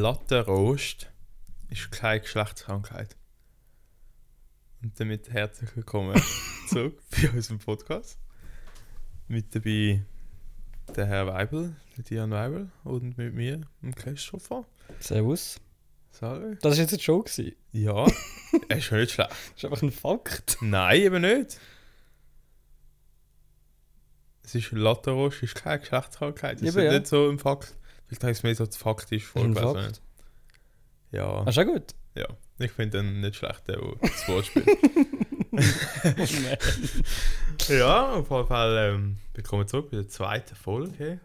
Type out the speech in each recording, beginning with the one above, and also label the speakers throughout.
Speaker 1: Lattenrost ist keine Geschlechtskrankheit. Und damit herzlich willkommen zurück bei unserem Podcast. Mit dabei der Herr Weibel, der Dian Weibel und mit mir, dem Christopher.
Speaker 2: Servus.
Speaker 1: Sorry.
Speaker 2: Das war jetzt ein Joke. gewesen.
Speaker 1: Ja, er ist schon nicht schlecht.
Speaker 2: Das ist einfach ein Fakt.
Speaker 1: Nein, eben nicht. Es ist Lattenrost, ist keine Geschlechtskrankheit. Das
Speaker 2: Eben,
Speaker 1: ist
Speaker 2: ja.
Speaker 1: nicht so ein Fakt. Vielleicht habe ich es mir so faktisch
Speaker 2: Das ist ein
Speaker 1: vorgelesen.
Speaker 2: Fakt.
Speaker 1: Ja,
Speaker 2: Ah, ist auch gut.
Speaker 1: ja. Ich finde den nicht schlecht, der, der das Wort spielt. Ja, auf jeden Fall ähm, willkommen zurück bei der zweiten Folge.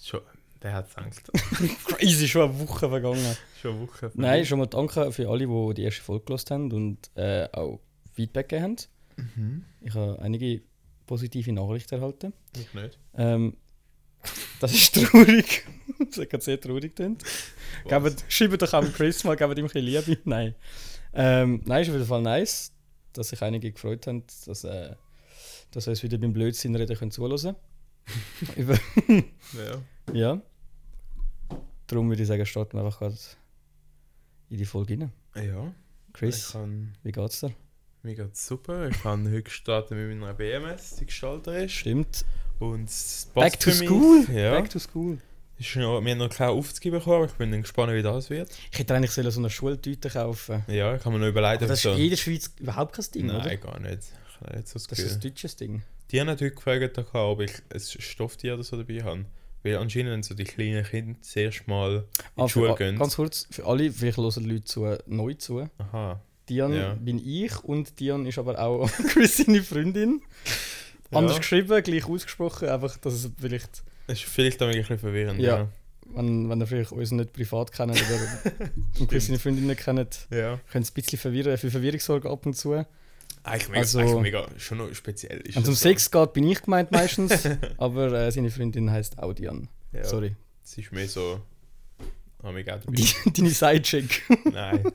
Speaker 1: Schon, wer hat es gedacht?
Speaker 2: Crazy, schon eine Woche vergangen.
Speaker 1: Schon eine Woche.
Speaker 2: Nein, schon mal danke für alle, die die erste Folge gelost haben und äh, auch Feedback gegeben haben.
Speaker 1: Mhm.
Speaker 2: Ich habe einige positive Nachrichten erhalten.
Speaker 1: Ich nicht.
Speaker 2: Ähm, das ist traurig. das hat gerade sehr traurig getönt. Gebt- Schreibt doch auch dem Chris mal, gebt ihm ein bisschen Liebe. Nein. Ähm, nein, ist auf jeden Fall nice, dass sich einige gefreut haben, dass, äh, dass wir uns wieder beim Blödsinn reden können zuhören. Über,
Speaker 1: Ja.
Speaker 2: ja. Darum würde ich sagen, starten wir einfach gerade in die Folge rein.
Speaker 1: ja. Ich
Speaker 2: Chris,
Speaker 1: kann,
Speaker 2: wie geht's dir?
Speaker 1: mir geht's super. Ich kann heute starten mit meiner BMS, die Gestalter ist.
Speaker 2: Stimmt.
Speaker 1: Und es passt
Speaker 2: Back to
Speaker 1: für mich.
Speaker 2: school!
Speaker 1: Ja.
Speaker 2: Back to school.
Speaker 1: Ist noch, wir haben noch keine Aufzüge bekommen, aber ich bin dann gespannt, wie das wird.
Speaker 2: Ich hätte eigentlich sollen so eine Schultüte kaufen
Speaker 1: Ja, ich kann mir noch überlegen,
Speaker 2: sollen. Das ist
Speaker 1: ob
Speaker 2: in
Speaker 1: so-
Speaker 2: der Schweiz überhaupt kein Ding,
Speaker 1: Nein,
Speaker 2: oder?
Speaker 1: gar nicht. Ich habe nicht so das
Speaker 2: Das ist
Speaker 1: Gefühl.
Speaker 2: ein deutsches Ding.
Speaker 1: Die haben natürlich gefragt, gehabt, ob ich ein Stofftier oder so dabei habe. Weil anscheinend haben so die kleinen Kinder zuerst mal in die
Speaker 2: Ah,
Speaker 1: Schule
Speaker 2: für,
Speaker 1: gehen.
Speaker 2: ganz kurz, für alle, vielleicht hören Leute zu, neu zu.
Speaker 1: Aha.
Speaker 2: Dion
Speaker 1: Ja.
Speaker 2: bin ich und Dion ist aber auch Chris seine Freundin.
Speaker 1: Ja.
Speaker 2: Anders geschrieben, gleich ausgesprochen, einfach, dass es vielleicht,
Speaker 1: Das ist vielleicht auch ein bisschen verwirrend.
Speaker 2: Ja. wenn, wenn ihr vielleicht uns nicht privat kennt oder und Chris seine Freundin nicht kennt,
Speaker 1: Ja. ja.
Speaker 2: könnt es ein bisschen verwirren, für Verwirrung sorgen ab und zu.
Speaker 1: Eigentlich mega,
Speaker 2: Also-
Speaker 1: eigentlich mega schon noch speziell. Ist
Speaker 2: Wenn
Speaker 1: das
Speaker 2: es um
Speaker 1: so.
Speaker 2: Sex geht, bin ich gemeint meistens, aber äh, seine Freundin heißt auch Dion.
Speaker 1: Ja.
Speaker 2: Sorry.
Speaker 1: Es ist mehr so. Haben wir gerade
Speaker 2: Die, deine Sidecheck.
Speaker 1: Nein.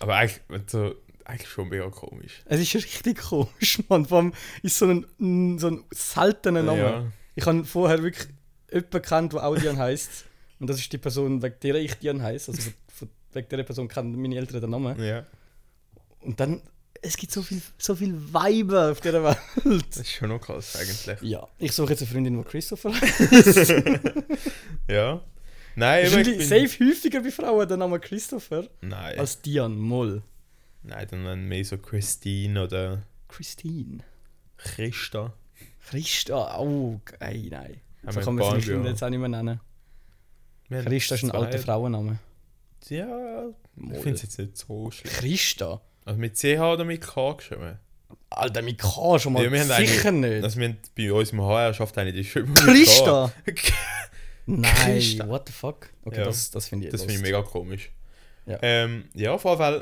Speaker 1: Aber eigentlich, wenn so, eigentlich schon mega komisch.
Speaker 2: Es ist richtig komisch, Mann. Vor allem ist so ein, so ein seltener Name.
Speaker 1: Ja.
Speaker 2: Ich habe vorher wirklich jemanden kennt, der auch Dian heisst. Und das ist die Person, wegen der ich Dian heiße. Also von, von, wegen dieser Person kennen meine Eltern den Namen.
Speaker 1: ja.
Speaker 2: Und dann, es gibt so viel, so viel Weiber auf dieser
Speaker 1: Das
Speaker 2: Welt.
Speaker 1: ist schon noch krass eigentlich.
Speaker 2: Ja, ich suche jetzt eine Freundin, die Christopher heißt.
Speaker 1: Ja. Nein, aber ich
Speaker 2: Wahrscheinlich
Speaker 1: bin...
Speaker 2: safe Also- häufiger bei Frauen der Name Christopher
Speaker 1: Nein.
Speaker 2: als Dian Moll.
Speaker 1: Nein, dann wären mehr so Christine oder
Speaker 2: Christine.
Speaker 1: Christa.
Speaker 2: Christa, oh, ey, nein.
Speaker 1: Haben
Speaker 2: so
Speaker 1: wir
Speaker 2: kann
Speaker 1: ein
Speaker 2: man
Speaker 1: paar
Speaker 2: seine
Speaker 1: im
Speaker 2: Kinder
Speaker 1: Büro.
Speaker 2: jetzt auch nicht mehr nennen.
Speaker 1: Wir haben
Speaker 2: Christa ist ein
Speaker 1: zwei-
Speaker 2: alter Frauenname.
Speaker 1: Ja, ich
Speaker 2: Moll.
Speaker 1: finde es jetzt nicht so schlimm.
Speaker 2: Christa?
Speaker 1: Also mit CH oder mit K geschrieben?
Speaker 2: Alter, mit K schon mal
Speaker 1: Ja, wir haben
Speaker 2: Oh, sicher
Speaker 1: eigentlich-
Speaker 2: nicht.
Speaker 1: Also wir haben bei uns im HR schafft eine die Schreiben.
Speaker 2: Christa? Nein,
Speaker 1: Christa.
Speaker 2: what the fuck? Okay,
Speaker 1: Ja.
Speaker 2: das, das finde ich
Speaker 1: Das finde ich
Speaker 2: lost.
Speaker 1: mega komisch.
Speaker 2: Ja.
Speaker 1: ähm, ja auf jeden Fall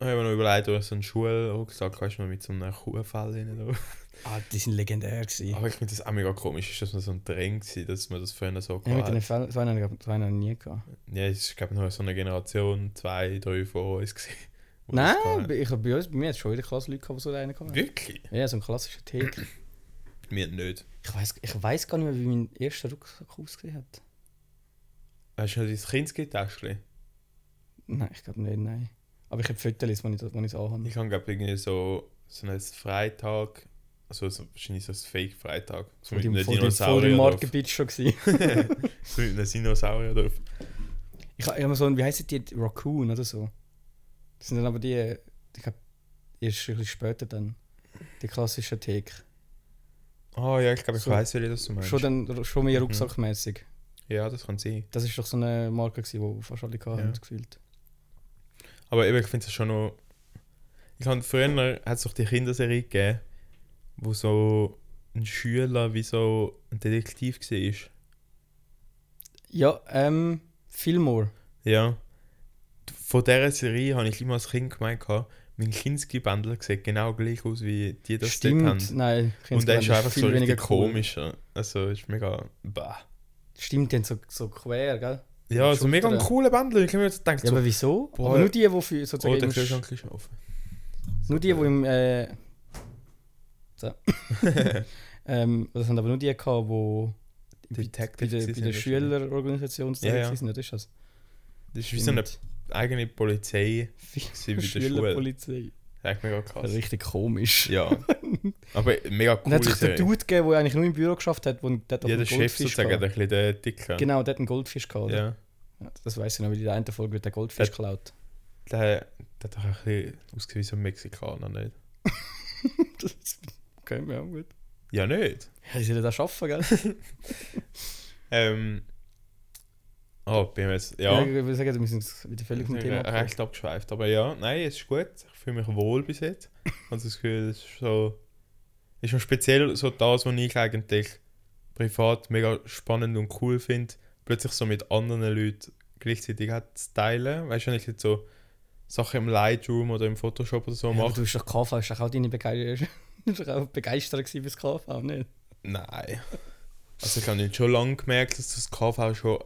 Speaker 1: haben wir noch überlegt, oder so einen Schulrucksack kannst du noch mit so einem Kuhfell rein. tun.
Speaker 2: Ah, die sind legendär gewesen.
Speaker 1: Aber ich finde das auch mega komisch, ist, dass man so ein Trend war, dass man das früher so
Speaker 2: Ja, mit
Speaker 1: gehabt
Speaker 2: den
Speaker 1: hat.
Speaker 2: Fällen, so einen gab- so einen habe ich nie gehabt.
Speaker 1: Ja, es ist, glaube ich, noch so eine Generation, zwei, drei vor uns gewesen. wo Oh, das
Speaker 2: Nein,
Speaker 1: gehabt
Speaker 2: bei, ich, bei uns, bei mir hat es schon in der Klasse Leute gehabt, die so einen
Speaker 1: hat.
Speaker 2: kamen.
Speaker 1: Wirklich?
Speaker 2: Ja, so ein klassischer Tag.
Speaker 1: Wir nicht.
Speaker 2: Ich weiß ich weiss gar nicht mehr, wie mein erster Rucksack ausgesehen hat.
Speaker 1: Hast du noch dein Kindskitäschchen?
Speaker 2: Nein, ich glaube nicht, nein. Aber ich habe Fotos, wo ich das- wo ich es anhabe.
Speaker 1: Ich habe glaube irgendwie so, so ein Freitag, also so, wahrscheinlich so ein Fake-Freitag. So mit
Speaker 2: Voll die-
Speaker 1: einem
Speaker 2: voll die- voll die
Speaker 1: Dinosaurier drauf.
Speaker 2: Markenbitch schon gewesen.
Speaker 1: So mit einem Dinosaurier drauf.
Speaker 2: Ich habe immer so einen, wie heißt die, Raccoon oder so. Das sind dann aber die, ich glaube, erst ein bisschen später dann. Die klassischen Theke.
Speaker 1: Ah ja, ich glaube, ich
Speaker 2: So.
Speaker 1: weiss, wie das du meinst.
Speaker 2: Schon, dann, schon
Speaker 1: Mhm.
Speaker 2: mehr rucksackmäßig.
Speaker 1: Ja, das kann sein.
Speaker 2: Das ist doch so eine Marke, gewesen, die fast alle hatten,
Speaker 1: Ja.
Speaker 2: gefühlt.
Speaker 1: Aber eben, ich finde es schon noch... Ich habe früher, hat es doch die Kinderserie gegeben, wo so ein Schüler wie so ein Detektiv war.
Speaker 2: Ja, ähm, Fillmore.
Speaker 1: Ja. Von dieser Serie habe ich immer als Kind gemeint, gehabt, mein Kinski-Bändler sieht genau gleich aus, wie die das dort haben.
Speaker 2: Stimmt, nein.
Speaker 1: Und der
Speaker 2: Kindesgelände
Speaker 1: ist einfach so richtig
Speaker 2: cool.
Speaker 1: komischer. Also ist mega. Bah.
Speaker 2: Stimmt, die haben so, so quer, gell?
Speaker 1: Ja, also mega ein
Speaker 2: Schultern.
Speaker 1: cooler Bändler. Ich habe mir jetzt gedacht,
Speaker 2: Ja,
Speaker 1: so,
Speaker 2: aber wieso?
Speaker 1: Boah.
Speaker 2: Aber nur die, die für sozusagen
Speaker 1: oh, der
Speaker 2: im,
Speaker 1: Kühlschrank
Speaker 2: Sch-
Speaker 1: ist schon offen.
Speaker 2: nur die, die im äh, so. ähm, das haben aber nur die gehabt, wo bei, bei
Speaker 1: Detective
Speaker 2: der, bei
Speaker 1: gewesen
Speaker 2: der
Speaker 1: sind
Speaker 2: Schülerorganisation
Speaker 1: Ja, ja.
Speaker 2: ja, ja. das ist das.
Speaker 1: Das ist wie so eine
Speaker 2: Stimmt.
Speaker 1: eigene Polizei gewesen bei der Schule.
Speaker 2: Schülerpolizei.
Speaker 1: Das ist mega krass.
Speaker 2: Richtig komisch.
Speaker 1: Ja. Aber mega
Speaker 2: Und dann
Speaker 1: cool.
Speaker 2: hat sich der Dude gegeben, der eigentlich nur im Büro geschafft hat, wo der hat
Speaker 1: ja, der
Speaker 2: einen
Speaker 1: Chef
Speaker 2: Goldfisch
Speaker 1: sozusagen,
Speaker 2: gehabt.
Speaker 1: der ein bisschen Dicker.
Speaker 2: Genau, der hat einen Goldfisch gehabt. oder?
Speaker 1: Ja.
Speaker 2: Ja, Das weiß ich noch, weil in der einen Folge wird der Goldfisch geklaut.
Speaker 1: Der, der hat doch ein bisschen ausgesehen wie so ein Mexikaner, nicht?
Speaker 2: Das- okay, ja, gut.
Speaker 1: Ja, nicht.
Speaker 2: Ja, die sollen das schaffen, gell?
Speaker 1: Ähm. Oh, BMS. Ja.
Speaker 2: Ich würde sagen, wir sind wieder völlig vom
Speaker 1: Ich bin
Speaker 2: Thema abgekommen.
Speaker 1: recht abgeschweift. Aber ja, nein, es ist gut. Ich fühle mich wohl bis jetzt. Ich habe das Gefühl, es ist so. Ist schon speziell so das, was ich eigentlich privat mega spannend und cool finde, plötzlich so mit anderen Leuten gleichzeitig halt zu teilen. Weißt du, wenn ich jetzt so Sachen im Lightroom oder im Photoshop oder so
Speaker 2: Ja, aber
Speaker 1: mache.
Speaker 2: du bist doch KV, ist doch auch deine Begeisterung. Du bist doch auch begeistert gewesen bis KV, nicht?
Speaker 1: Nein. Also ich habe nicht schon lange gemerkt, dass das KV schon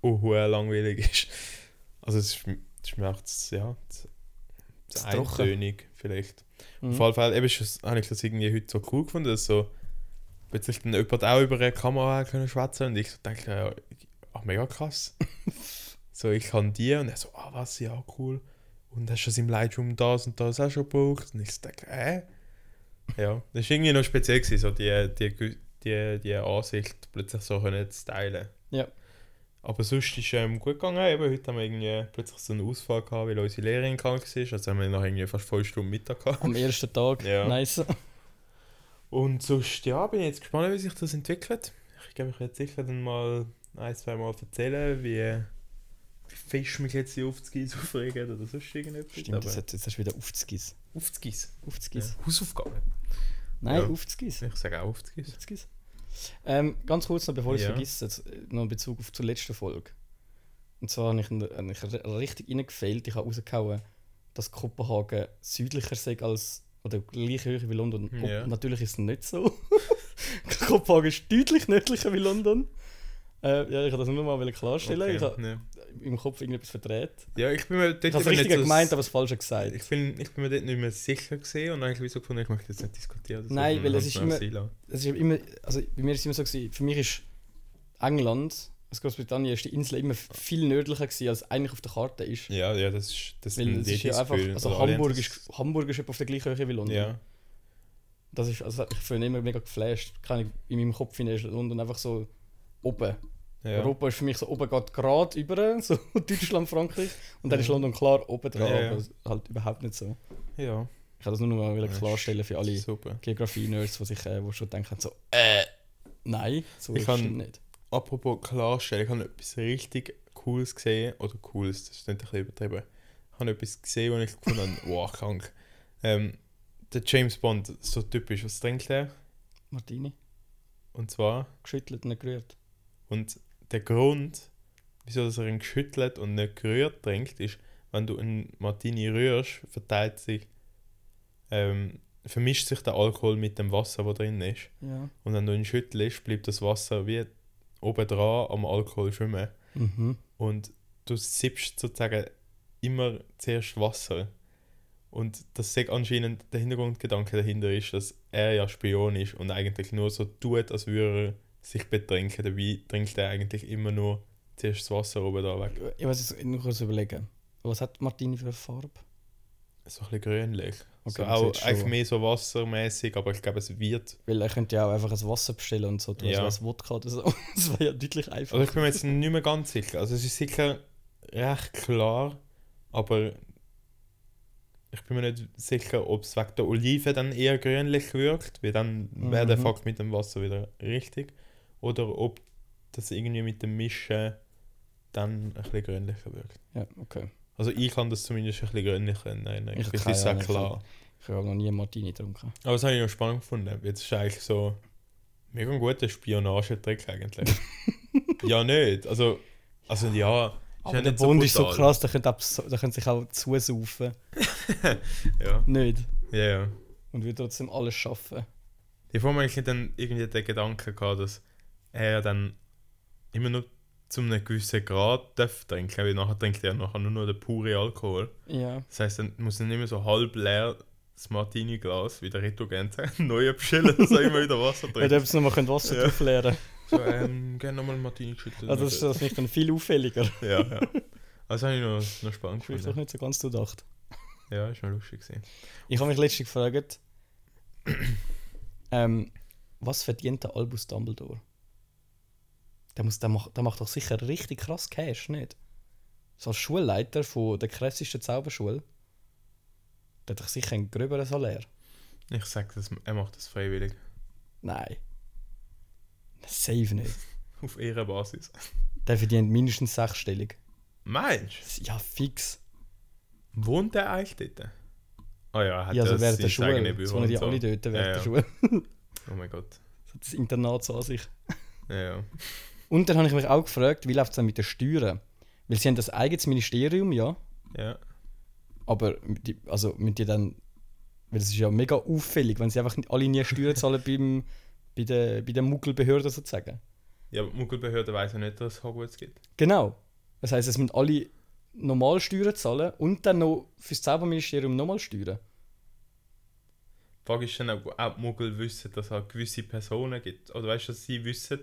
Speaker 1: unhuere langweilig ist. Also es ist, es ist mir auch das, ja, das, das
Speaker 2: Das Trocken.
Speaker 1: eintönig vielleicht.
Speaker 2: Mhm.
Speaker 1: Auf jeden Fall eben ist das, habe ich das irgendwie heute so cool gefunden, dass so plötzlich dann jemand auch über eine Kamera hat können schwätzen und ich so dachte, ja, ach mega krass. so ich kann die und er so, ah was, ja cool. Und hast du das im Lightroom das und das auch schon gebraucht? Und ich so dachte, äh? Ja, das ist irgendwie noch speziell gewesen, so die, die, Gü- die, die Ansicht plötzlich so können zu teilen.
Speaker 2: Ja.
Speaker 1: Aber sonst ist es ähm, gut gegangen. Eben, heute haben wir irgendwie plötzlich so einen Ausfall gehabt, weil unsere Lehrerin krank war. Also haben wir noch irgendwie fast fünf Stunden Mittag gehabt.
Speaker 2: Am ersten Tag.
Speaker 1: Ja.
Speaker 2: Nice.
Speaker 1: Und sonst, ja, bin ich jetzt gespannt, wie sich das entwickelt. Ich glaube, ich werde sicher dann mal ein, zwei Mal erzählen, wie, wie fest mich jetzt die Aufzugis aufregen oder sonst irgendetwas.
Speaker 2: Stimmt, das hat jetzt erst wieder aufzugis.
Speaker 1: Aufzugis. Ja.
Speaker 2: Aufzugis.
Speaker 1: Hausaufgaben.
Speaker 2: Nein,
Speaker 1: Ja.
Speaker 2: aufzugis.
Speaker 1: Ich sage auch Aufzugis.
Speaker 2: Aufzugis. Ähm, ganz kurz noch, bevor ich es
Speaker 1: Ja.
Speaker 2: vergesse, äh, noch in Bezug auf die letzte Folge. Und zwar habe ich, habe ich r- richtig reingefehlt. Ich habe rausgehauen, dass Kopenhagen südlicher sei als oder gleich höher wie London. Und
Speaker 1: Ja.
Speaker 2: natürlich ist es nicht so. Kopenhagen ist deutlich nördlicher wie London. Äh, ja, ich habe das nur mal wollen klarstellen. Ich habe
Speaker 1: ja.
Speaker 2: im Kopf irgendetwas verdreht.
Speaker 1: ja, ich bin mir
Speaker 2: Ich
Speaker 1: dort
Speaker 2: habe es
Speaker 1: immer nicht
Speaker 2: richtig
Speaker 1: so-
Speaker 2: gemeint, aber das Falsche gesagt.
Speaker 1: ich bin, ich bin mir dort nicht mehr sicher gesehen und dann habe ich wieso gefunden, ich möchte jetzt nicht diskutieren. oder so,
Speaker 2: Nein,
Speaker 1: sondern
Speaker 2: weil es
Speaker 1: hab's
Speaker 2: ist
Speaker 1: mir
Speaker 2: immer-
Speaker 1: sein lassen.
Speaker 2: es ist immer, also bei mir ist es immer so gewesen, für mich ist England, also Großbritannien, ist die Insel immer viel nördlicher gewesen, als eigentlich auf der Karte ist.
Speaker 1: Ja, ja, das ist das
Speaker 2: Weil
Speaker 1: ein
Speaker 2: es ist ja
Speaker 1: jedes
Speaker 2: einfach,
Speaker 1: Gefühl.
Speaker 2: also
Speaker 1: Oder alle haben
Speaker 2: Hamburg
Speaker 1: das-
Speaker 2: ist, Hamburg ist etwa auf der gleichen Höhe wie London.
Speaker 1: Ja,
Speaker 2: Das ist, also das hat mich vorhin immer mega geflasht. Keine Ahnung, in meinem Kopf finde ich London einfach so oben.
Speaker 1: ja.
Speaker 2: Europa ist für mich so oben geht gerade über, so Deutschland, Frankreich. Und dann ist
Speaker 1: Ja.
Speaker 2: London klar oben dran,
Speaker 1: Ja, ja.
Speaker 2: aber halt überhaupt nicht so.
Speaker 1: ja.
Speaker 2: Ich kann das nur noch mal
Speaker 1: Das ist
Speaker 2: klarstellen für alle
Speaker 1: Super.
Speaker 2: Geografie-Nerds, die sich äh, wo schon denken so, äh, nein, so
Speaker 1: Ich
Speaker 2: ist
Speaker 1: kann-
Speaker 2: es nicht.
Speaker 1: Apropos klarstellen, ich habe etwas richtig Cooles gesehen. Oder Cooles, das ist nicht ein bisschen übertrieben. Ich habe etwas gesehen, wo ich gefunden habe, wow, krank. Ähm, der James Bond, so typisch, was trinkt er?
Speaker 2: Martini.
Speaker 1: Und zwar,
Speaker 2: geschüttelt, nicht gerührt.
Speaker 1: und der Grund, wieso dass er ihn geschüttelt und nicht gerührt trinkt, ist, wenn du einen Martini rührst, verteilt sich, ähm, vermischt sich der Alkohol mit dem Wasser, wo drin ist.
Speaker 2: Ja.
Speaker 1: Und wenn du ihn schüttelst, bleibt das Wasser wie oben dran am Alkohol schwimmen.
Speaker 2: Mhm.
Speaker 1: und du sippst sozusagen immer zuerst Wasser. Und das sagt anscheinend der Hintergrundgedanke dahinter ist, dass er ja Spion ist und eigentlich nur so tut, als würde er sich betrinken. Dabei trinkt er eigentlich immer nur zuerst das Wasser oben da weg.
Speaker 2: Ich muss jetzt noch kurz überlegen. Was hat Martini für eine Farbe?
Speaker 1: So ein bisschen grünlich. so
Speaker 2: Okay, man
Speaker 1: auch
Speaker 2: sieht schon.
Speaker 1: eigentlich mehr so wassermäßig, aber ich glaube, es wird.
Speaker 2: Weil er könnte ja auch einfach ein Wasser bestellen und so tun,
Speaker 1: Ja.
Speaker 2: ja. als Wodka oder so. Das wäre ja deutlich einfacher.
Speaker 1: Also ich bin mir jetzt nicht mehr ganz sicher. Also es ist sicher recht klar, aber ich bin mir nicht sicher, ob es wegen der Olive dann eher grünlich wirkt, weil dann wäre der
Speaker 2: Mhm.
Speaker 1: Fakt mit dem Wasser wieder richtig. Oder ob das irgendwie mit dem Mischen dann ein bisschen grünlicher wirkt.
Speaker 2: Ja, okay.
Speaker 1: Also ich kann das zumindest ein bisschen grünlicher nein,
Speaker 2: Ich
Speaker 1: Ich
Speaker 2: hab
Speaker 1: das ist auch
Speaker 2: keine Ahnung,
Speaker 1: klar.
Speaker 2: Ich habe noch nie Martini getrunken.
Speaker 1: Aber das habe ich noch spannend gefunden. Jetzt ist eigentlich so mega ein guter Spionagetrick eigentlich. ja, nicht. Also, also ja.
Speaker 2: Aber
Speaker 1: ja
Speaker 2: der
Speaker 1: nicht
Speaker 2: Bund ist so
Speaker 1: brutal.
Speaker 2: krass, der könnte, abs- der könnte sich auch zusaufen.
Speaker 1: Ja,
Speaker 2: Nicht.
Speaker 1: ja, ja.
Speaker 2: Und würde trotzdem alles schaffen.
Speaker 1: Ich habe eigentlich dann irgendwie den Gedanken gehabt, dass er dann immer nur zu einem gewissen Grad darf trinken, weil nachher trinkt er nachher nur noch den puren Alkohol.
Speaker 2: Ja.
Speaker 1: Das heisst, dann muss er nicht mehr so halb leer das Martini-Glas wieder retrogen sein, neue bestellen, dass er immer wieder Wasser
Speaker 2: Wenn
Speaker 1: trinkt.
Speaker 2: du jetzt nochmal Wasser
Speaker 1: Ja.
Speaker 2: draufleeren
Speaker 1: So, ähm, gerne nochmal einen Martini geschüttelt.
Speaker 2: Also das ist das nicht dann viel auffälliger.
Speaker 1: Ja, ja. Also habe ich noch, noch spannend
Speaker 2: Ich habe
Speaker 1: gefunden.
Speaker 2: nicht so ganz durchdacht.
Speaker 1: Ja, ist noch lustig gesehen.
Speaker 2: Ich habe mich letztens gefragt, ähm, was verdient der Albus Dumbledore? Der, muss, der, macht, der macht doch sicher richtig krass Cash, nicht? So als Schulleiter von der krassesten Zauberschule, der hat doch sicher einen gröberen Salär.
Speaker 1: Ich sag das, er macht das freiwillig.
Speaker 2: Nein. Safe nicht.
Speaker 1: Auf Ehrenbasis.
Speaker 2: Der verdient mindestens sechsstellig.
Speaker 1: Meinst du?
Speaker 2: Ja, fix.
Speaker 1: Wohnt der eigentlich dort? Ah ja, er hat
Speaker 2: ja, also während
Speaker 1: sein
Speaker 2: der Schule.
Speaker 1: eigenes
Speaker 2: Jetzt
Speaker 1: Büro
Speaker 2: wohnen
Speaker 1: und
Speaker 2: die
Speaker 1: so.
Speaker 2: alle dort während
Speaker 1: ja,
Speaker 2: der
Speaker 1: ja.
Speaker 2: Schule.
Speaker 1: Oh mein Gott.
Speaker 2: Das hat das Internat so an sich.
Speaker 1: Ja, ja.
Speaker 2: Und dann habe ich mich auch gefragt, wie läuft es denn mit den Steuern? Weil sie haben das eigenes Ministerium, ja.
Speaker 1: ja.
Speaker 2: Aber mit die, also mit die dann. Weil es ist ja mega auffällig, wenn sie einfach nicht- alle nie Steuern zahlen beim, bei der, bei der Muggelbehörde sozusagen.
Speaker 1: Ja, aber die Muggelbehörde weiss ja nicht, dass es Hogwarts gibt.
Speaker 2: Genau. Das heißt, es müssen alle normal Steuern zahlen und dann noch fürs Zauberministerium nochmal Steuern.
Speaker 1: Die Frage ist dann, ob auch die Muggel wissen, dass es halt gewisse Personen gibt. Oder weißt du, dass sie wissen,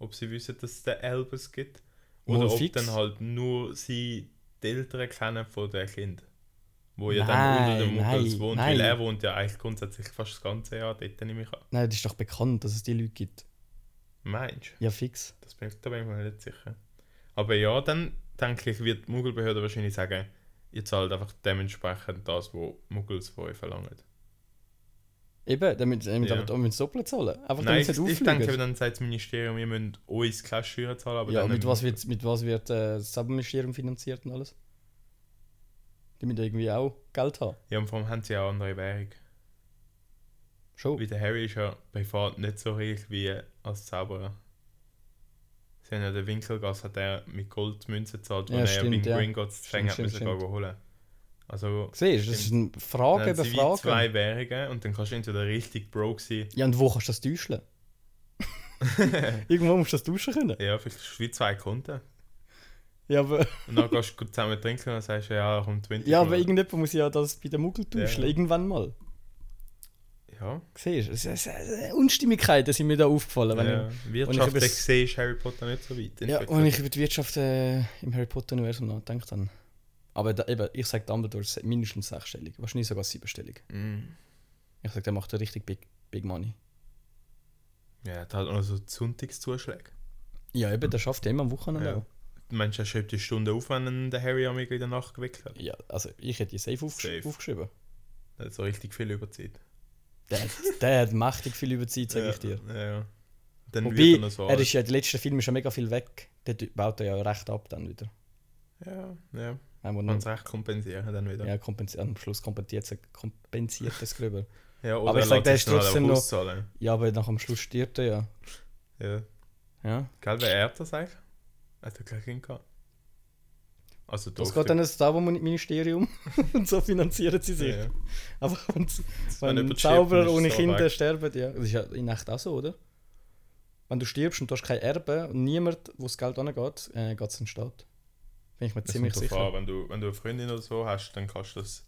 Speaker 1: ob sie wissen, dass es den Elbers gibt. Oder
Speaker 2: Mal
Speaker 1: ob
Speaker 2: fix.
Speaker 1: dann halt nur sie die Eltern kennen von den Kind. Wo ja
Speaker 2: Nein,
Speaker 1: dann unter den Muggels
Speaker 2: nein,
Speaker 1: wohnt.
Speaker 2: nein.
Speaker 1: Weil er wohnt ja eigentlich grundsätzlich fast das ganze Jahr dort, nehme ich an.
Speaker 2: Nein, das ist doch bekannt, dass es die Leute gibt.
Speaker 1: Meinst du?
Speaker 2: Ja, fix.
Speaker 1: Das bin ich, da bin ich mir nicht sicher. Aber ja, dann denke ich, wird die Muggelbehörde wahrscheinlich sagen, ihr zahlt einfach dementsprechend das, was Muggels von euch verlangen.
Speaker 2: Eben, damit sie
Speaker 1: Ja.
Speaker 2: aber auch müssen doppelt zahlen. Einfach
Speaker 1: Nein,
Speaker 2: damit
Speaker 1: ich,
Speaker 2: sie
Speaker 1: ich
Speaker 2: nicht
Speaker 1: denke,
Speaker 2: auffliegen.
Speaker 1: dann sagt das Ministerium, ihr müsst uns keine Steuern zahlen, aber
Speaker 2: Ja,
Speaker 1: dann
Speaker 2: mit was wird, mit was wird äh, das Subministerium finanziert und alles? Damit irgendwie auch Geld haben.
Speaker 1: Ja, und vor allem haben sie ja eine andere Währung.
Speaker 2: Schon.
Speaker 1: Wie der Harry ist ja privat nicht so reich wie als Zauberer. Sie haben ja den Winkelgas hat er mit Goldmünzen gezahlt, wo
Speaker 2: Ja,
Speaker 1: er
Speaker 2: stimmt,
Speaker 1: ja
Speaker 2: ja.
Speaker 1: beim Gringotts zu fängen hat
Speaker 2: Stimmt,
Speaker 1: müssen
Speaker 2: stimmt,
Speaker 1: gehen holen. Also,
Speaker 2: Siehst du, das ist eine Frage
Speaker 1: dann
Speaker 2: über
Speaker 1: sind wie
Speaker 2: Frage.
Speaker 1: zwei Währungen und dann kannst du entweder richtig broke sein.
Speaker 2: Ja, und wo kannst du das täuschen? Irgendwo musst du das tauschen können.
Speaker 1: Ja, vielleicht ist es wie zwei Konten.
Speaker 2: Ja, aber,
Speaker 1: Und dann gehst du gut zusammen trinken und dann sagst du, ja, komm 20.
Speaker 2: ja, aber
Speaker 1: Mal.
Speaker 2: irgendjemand muss ja das bei den Muggel tauschen.
Speaker 1: Ja.
Speaker 2: Irgendwann mal.
Speaker 1: Ja,
Speaker 2: Siehst du, es- es- es- Unstimmigkeiten sind mir da aufgefallen. Wenn
Speaker 1: ja.
Speaker 2: ich,
Speaker 1: Wirtschaftlich
Speaker 2: übers-
Speaker 1: gesehen ist Harry Potter nicht so weit.
Speaker 2: Ja,
Speaker 1: entwickelt.
Speaker 2: und ich über die Wirtschaft äh, im Harry Potter-Universum nachgedacht habe. Aber da, eben, ich sage Dumbledore se- mindestens sechsstellig, wahrscheinlich sogar siebenstellig.
Speaker 1: Mm.
Speaker 2: Ich sage, der macht da richtig big, big Money.
Speaker 1: Ja, er hat halt auch so Sonntagszuschläge.
Speaker 2: Ja, eben, der schafft ja immer am Wochenende
Speaker 1: Ja.
Speaker 2: auch.
Speaker 1: Meinst du, er schreibt die Stunde auf, wenn ihn der Harry am in der Nacht geweckt hat?
Speaker 2: Ja, also ich hätte die safe, aufgesch
Speaker 1: Safe.
Speaker 2: aufgeschrieben.
Speaker 1: Er hat so richtig viel Überzeit.
Speaker 2: Der, hat- der hat mächtig viel Überzeit, sage
Speaker 1: ja,
Speaker 2: ich dir.
Speaker 1: Ja, ja. Dann wird er
Speaker 2: Wobei,
Speaker 1: noch so
Speaker 2: er
Speaker 1: alt.
Speaker 2: ist ja, die letzten Filme ist ja mega viel weg. Dort baut er ja recht ab dann wieder.
Speaker 1: Ja, ja.
Speaker 2: Er muss
Speaker 1: Man
Speaker 2: noch,
Speaker 1: es recht kompensieren dann wieder. Ja,
Speaker 2: ja, kompensi am Schluss kompensiert, kompensiert das gröber.
Speaker 1: oder
Speaker 2: Aber ich
Speaker 1: er
Speaker 2: sag, der
Speaker 1: lässt es
Speaker 2: ist
Speaker 1: noch
Speaker 2: trotzdem
Speaker 1: alle
Speaker 2: noch-
Speaker 1: auszahlen.
Speaker 2: Ja, aber nach am Schluss stirbt er ja.
Speaker 1: Ja.
Speaker 2: Ja.
Speaker 1: Gell, wer erbt das eigentlich? Hat er kein Kind gehabt? Also doch.
Speaker 2: Das geht dann ins Zauberministerium und so finanzieren sie sich.
Speaker 1: ja, ja.
Speaker 2: Einfach wenn,
Speaker 1: wenn
Speaker 2: wenn
Speaker 1: jemand
Speaker 2: Zauberer
Speaker 1: stirbt, dann
Speaker 2: ohne
Speaker 1: ist es
Speaker 2: Kinder
Speaker 1: weg.
Speaker 2: sterben, ja. Das ist ja in Nacht auch so, oder? Wenn du stirbst und du hast keine Erben und niemand, wo das Geld angeht, äh, geht es in den Staat. Bin ich mir
Speaker 1: Das
Speaker 2: ziemlich
Speaker 1: kommt drauf
Speaker 2: sicher.
Speaker 1: An. Wenn, du, wenn du eine Freundin oder so hast, dann kannst du das.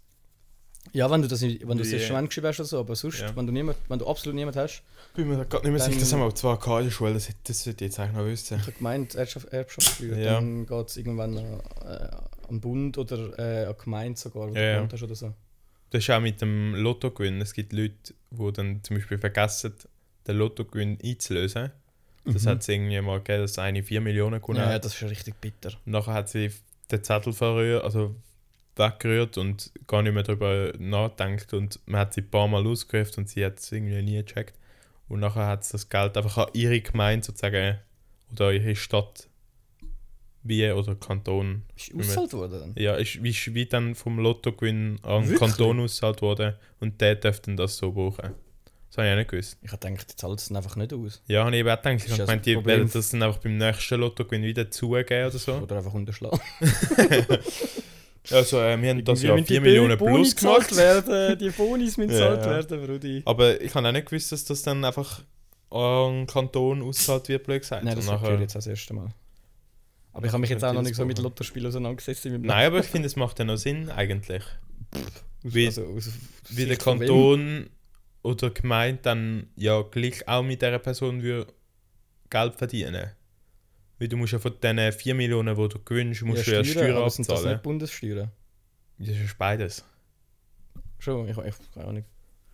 Speaker 2: Ja, wenn du das, in- wenn du das
Speaker 1: Die-
Speaker 2: erst schon angeschrieben hast oder so, aber sonst,
Speaker 1: Ja.
Speaker 2: wenn, du niemand, wenn du absolut niemand hast,
Speaker 1: Bin mir gerade nicht
Speaker 2: Dann- sicher, das haben
Speaker 1: wir zwei gehabt in der Schule, das, das sollte ich jetzt eigentlich noch wissen.
Speaker 2: ich habe gemeint, Erbschaft, Erbschaftssteuer,
Speaker 1: Ja.
Speaker 2: dann geht es irgendwann äh, am Bund oder äh, an die Gemeinde sogar,
Speaker 1: Ja,
Speaker 2: wo du
Speaker 1: ja.
Speaker 2: gewohnt hast oder so.
Speaker 1: Das ist auch mit dem Lottogewinn. Es gibt Leute, die dann zum Beispiel vergessen, den Lottogewinn einzulösen. Das hat es irgendwie mal gegeben, dass eine 4 Millionen gewonnen
Speaker 2: Mhm. Ja,
Speaker 1: hat.
Speaker 2: das ist ja richtig bitter.
Speaker 1: Und Nachher hat sie den Zettel verrührt, also weggerührt und gar nicht mehr darüber nachgedacht. Und man hat sie ein paar Mal ausgerufen und sie hat es irgendwie nie gecheckt. Und nachher hat sie das Geld einfach an ihre Gemeinde sozusagen oder ihre Stadt, wie oder Kanton.
Speaker 2: Ist
Speaker 1: Moment.
Speaker 2: ausgezahlt worden dann?
Speaker 1: Ja, ist wie, ist wie dann vom Lottogewinn an den
Speaker 2: Wirklich?
Speaker 1: Kanton ausgezahlt worden und der dürfte dann das so brauchen. Das habe ich auch nicht gewusst.
Speaker 2: Ich habe gedacht, die zahlt es einfach nicht aus.
Speaker 1: Ja, habe ich eben auch gedacht.
Speaker 2: Ist
Speaker 1: Ich habe
Speaker 2: ja so
Speaker 1: gemeint,
Speaker 2: ein
Speaker 1: die
Speaker 2: Problem.
Speaker 1: werden das dann einfach beim nächsten Lottogewinn wieder zugeben oder so.
Speaker 2: Oder einfach unterschlagen.
Speaker 1: Also, äh, wir haben das ja
Speaker 2: Wenn
Speaker 1: 4 Millionen
Speaker 2: Boni
Speaker 1: plus
Speaker 2: gezahlt
Speaker 1: gemacht.
Speaker 2: werden, die Bonis müssen
Speaker 1: Ja,
Speaker 2: gezahlt
Speaker 1: ja. Ah,
Speaker 2: werden, Brudi.
Speaker 1: Aber ich habe auch nicht gewusst, dass das dann einfach an den Kanton ausgezahlt wird, blöd gesagt.
Speaker 2: Nein, das
Speaker 1: Und nachher-
Speaker 2: höre ich jetzt auch das erste Mal. Aber ich habe mich jetzt auch noch nicht so mit Lottospielen auseinandergesetzt. in meinem
Speaker 1: Nein, aber ich finde, es macht ja noch Sinn eigentlich.
Speaker 2: Leben.
Speaker 1: wie-
Speaker 2: Also aus
Speaker 1: Wie
Speaker 2: Sicht
Speaker 1: der
Speaker 2: von wem?
Speaker 1: Kanton oder Gemeinde dann ja gleich auch mit dieser Person würde Geld verdienen. Weil du musst ja von diesen 4 Millionen, die du gewinnst, musst du ja Steuern
Speaker 2: aber sind das
Speaker 1: abzahlen.
Speaker 2: nicht Bundessteuern?
Speaker 1: Das ist beides.
Speaker 2: Schon, ich, ich keine Ahnung.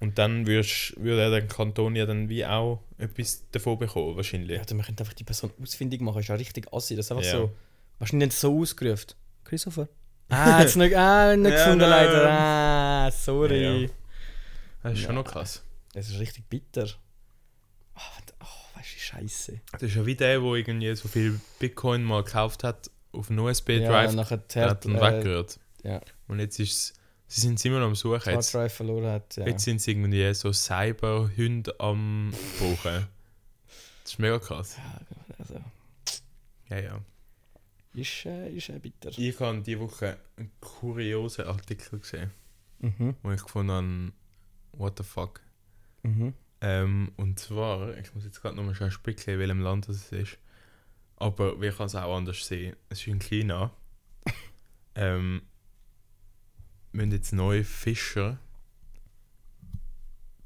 Speaker 1: Und dann würdest, würde er den Kanton ja dann wie auch etwas davon bekommen, wahrscheinlich.
Speaker 2: Ja, dann man könnte einfach die Person ausfindig machen, ist ja richtig assi. Das ist einfach
Speaker 1: Ja.
Speaker 2: so. Wahrscheinlich nicht so ausgerufen. Christopher? Ah, jetzt nicht, ah, nicht
Speaker 1: Ja,
Speaker 2: gefunden
Speaker 1: nein.
Speaker 2: leider. Ah, sorry.
Speaker 1: Ja, ja. Das ist schon noch krass.
Speaker 2: Es ist richtig bitter. Ah, was- oh, weißt du, scheiße.
Speaker 1: Das ist ja wie der, der irgendwie so viel Bitcoin mal gekauft hat auf einen
Speaker 2: ja,
Speaker 1: USB-Drive,
Speaker 2: nachher
Speaker 1: der hat dann
Speaker 2: äh,
Speaker 1: weggehört.
Speaker 2: ja.
Speaker 1: Und jetzt ist sie sind immer noch am Suchen.
Speaker 2: Hard
Speaker 1: Jetzt,
Speaker 2: Drive verloren hat. Ja.
Speaker 1: jetzt sind sie irgendwie so Cyberhunde am Brauchen. Das ist mega krass.
Speaker 2: Ja, also,
Speaker 1: Ja, ja.
Speaker 2: ist, äh, ist äh, bitter.
Speaker 1: Ich habe diese Woche einen kuriosen Artikel gesehen,
Speaker 2: Mhm,
Speaker 1: wo ich gefunden habe, what the fuck.
Speaker 2: mhm.
Speaker 1: Ähm, und zwar, ich muss jetzt gerade nochmal schnell spicken, in welchem Land das ist. Aber wir kann es auch anders sehen. Es ist in China. ähm, müssen jetzt neue Fischer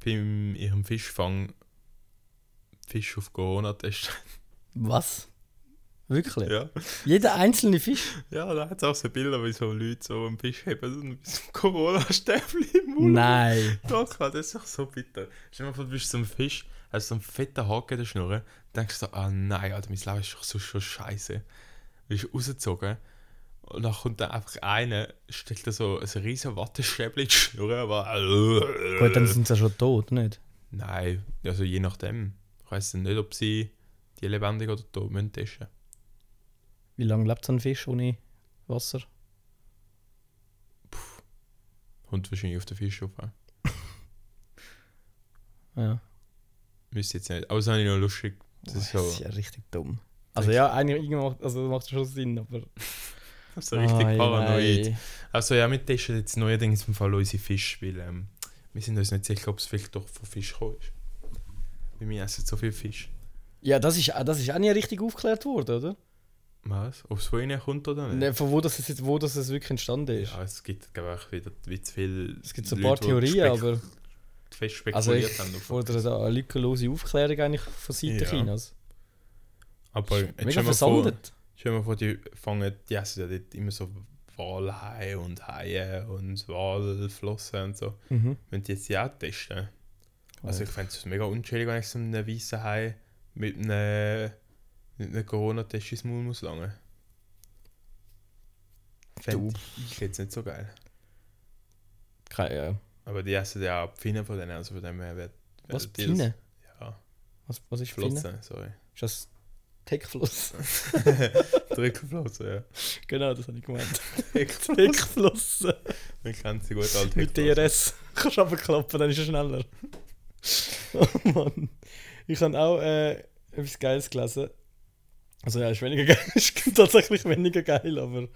Speaker 1: bei ihrem Fischfang Fisch auf Corona testen.
Speaker 2: Was? Wirklich?
Speaker 1: Ja,
Speaker 2: Jeder einzelne Fisch?
Speaker 1: ja da hat es auch so Bilder, wie so Leute so einen Fisch heben und so Corona-Stäbchen im Mund.
Speaker 2: Nein.
Speaker 1: Doch, Mann, das ist doch so bitter. Stell dir mal vor, du bist so ein Fisch, hast so einen fetten Haken in der Schnur, denkst du, ah nein, Alter, mein Leben ist doch so schon scheiße. Bist rausgezogen und dann kommt dann einfach einer, steckt da so ein riesen Wattestäbchen in die Schnur, aber.
Speaker 2: Gut,
Speaker 1: Äh.
Speaker 2: dann sind sie ja schon tot, nicht?
Speaker 1: Nein, also je nachdem. Ich weiß nicht, ob sie die lebendig oder tot müssen testen.
Speaker 2: Wie lange lebt so ein Fisch ohne Wasser?
Speaker 1: Kommt wahrscheinlich auf den Fisch auf. ja.
Speaker 2: Ja.
Speaker 1: Müsste jetzt nicht. Aber das habe ich noch lustig. Das ist so,
Speaker 2: Ah, ja richtig dumm. Also ja, eigentlich irgendwo macht, also macht schon Sinn, aber...
Speaker 1: so richtig
Speaker 2: Ai,
Speaker 1: paranoid.
Speaker 2: nein.
Speaker 1: Also ja, wir testen jetzt neuerdings im Fall unsere Fisch, weil ähm, wir sind uns nicht sicher, ob es vielleicht doch von Fisch gekommen ist. Weil wir essen so viel Fisch.
Speaker 2: Ja, das ist, das ist auch nie richtig aufgeklärt worden, oder?
Speaker 1: Was? Ob es von ihnen kommt oder nicht?
Speaker 2: Ne, von wo das, jetzt, wo das jetzt wirklich entstanden ist.
Speaker 1: Ja, es gibt glaube ich wieder wie zu viel.
Speaker 2: Es gibt so ein paar Theorien, aber...
Speaker 1: die fest
Speaker 2: Also ich
Speaker 1: spekuliert haben. davon.
Speaker 2: fordere da eine lückenlose Aufklärung eigentlich von Seiten
Speaker 1: Ja.
Speaker 2: Chinas.
Speaker 1: Aber
Speaker 2: Ist
Speaker 1: jetzt
Speaker 2: Mega
Speaker 1: stell dir vor,
Speaker 2: versandet.
Speaker 1: stell dir vor, die fangen, die essen ja dort immer so Walhaie und Haie und Walflossen und so.
Speaker 2: Mhm.
Speaker 1: Wenn die jetzt ja auch testen.
Speaker 2: Oh
Speaker 1: Also ich fände es mega unschädlich, wenn ich so einen weißen Hai mit einem, mit einem Corona-Test ins Maul muss langen. Fände ich jetzt nicht so geil.
Speaker 2: Keine, ja.
Speaker 1: Aber die essen ja auch die Finnen von denen, also von dem her wird...
Speaker 2: Was,
Speaker 1: wird die
Speaker 2: Pfine?
Speaker 1: Das, ja,
Speaker 2: Was, was ist Pfine?
Speaker 1: Flossen, sorry.
Speaker 2: Ist das Techfluss?
Speaker 1: Drückenflossen, ja.
Speaker 2: genau, das habe ich gemeint.
Speaker 1: Drückenflossen.
Speaker 2: Techflossen.
Speaker 1: Wir kennen sie gut, alte
Speaker 2: Mit
Speaker 1: Drückenflossen.
Speaker 2: DRS. Kannst du runterklappen, dann ist er schneller. oh Mann. Ich habe auch äh, etwas Geiles gelesen. Also ja, ist weniger geil, ist tatsächlich weniger geil, aber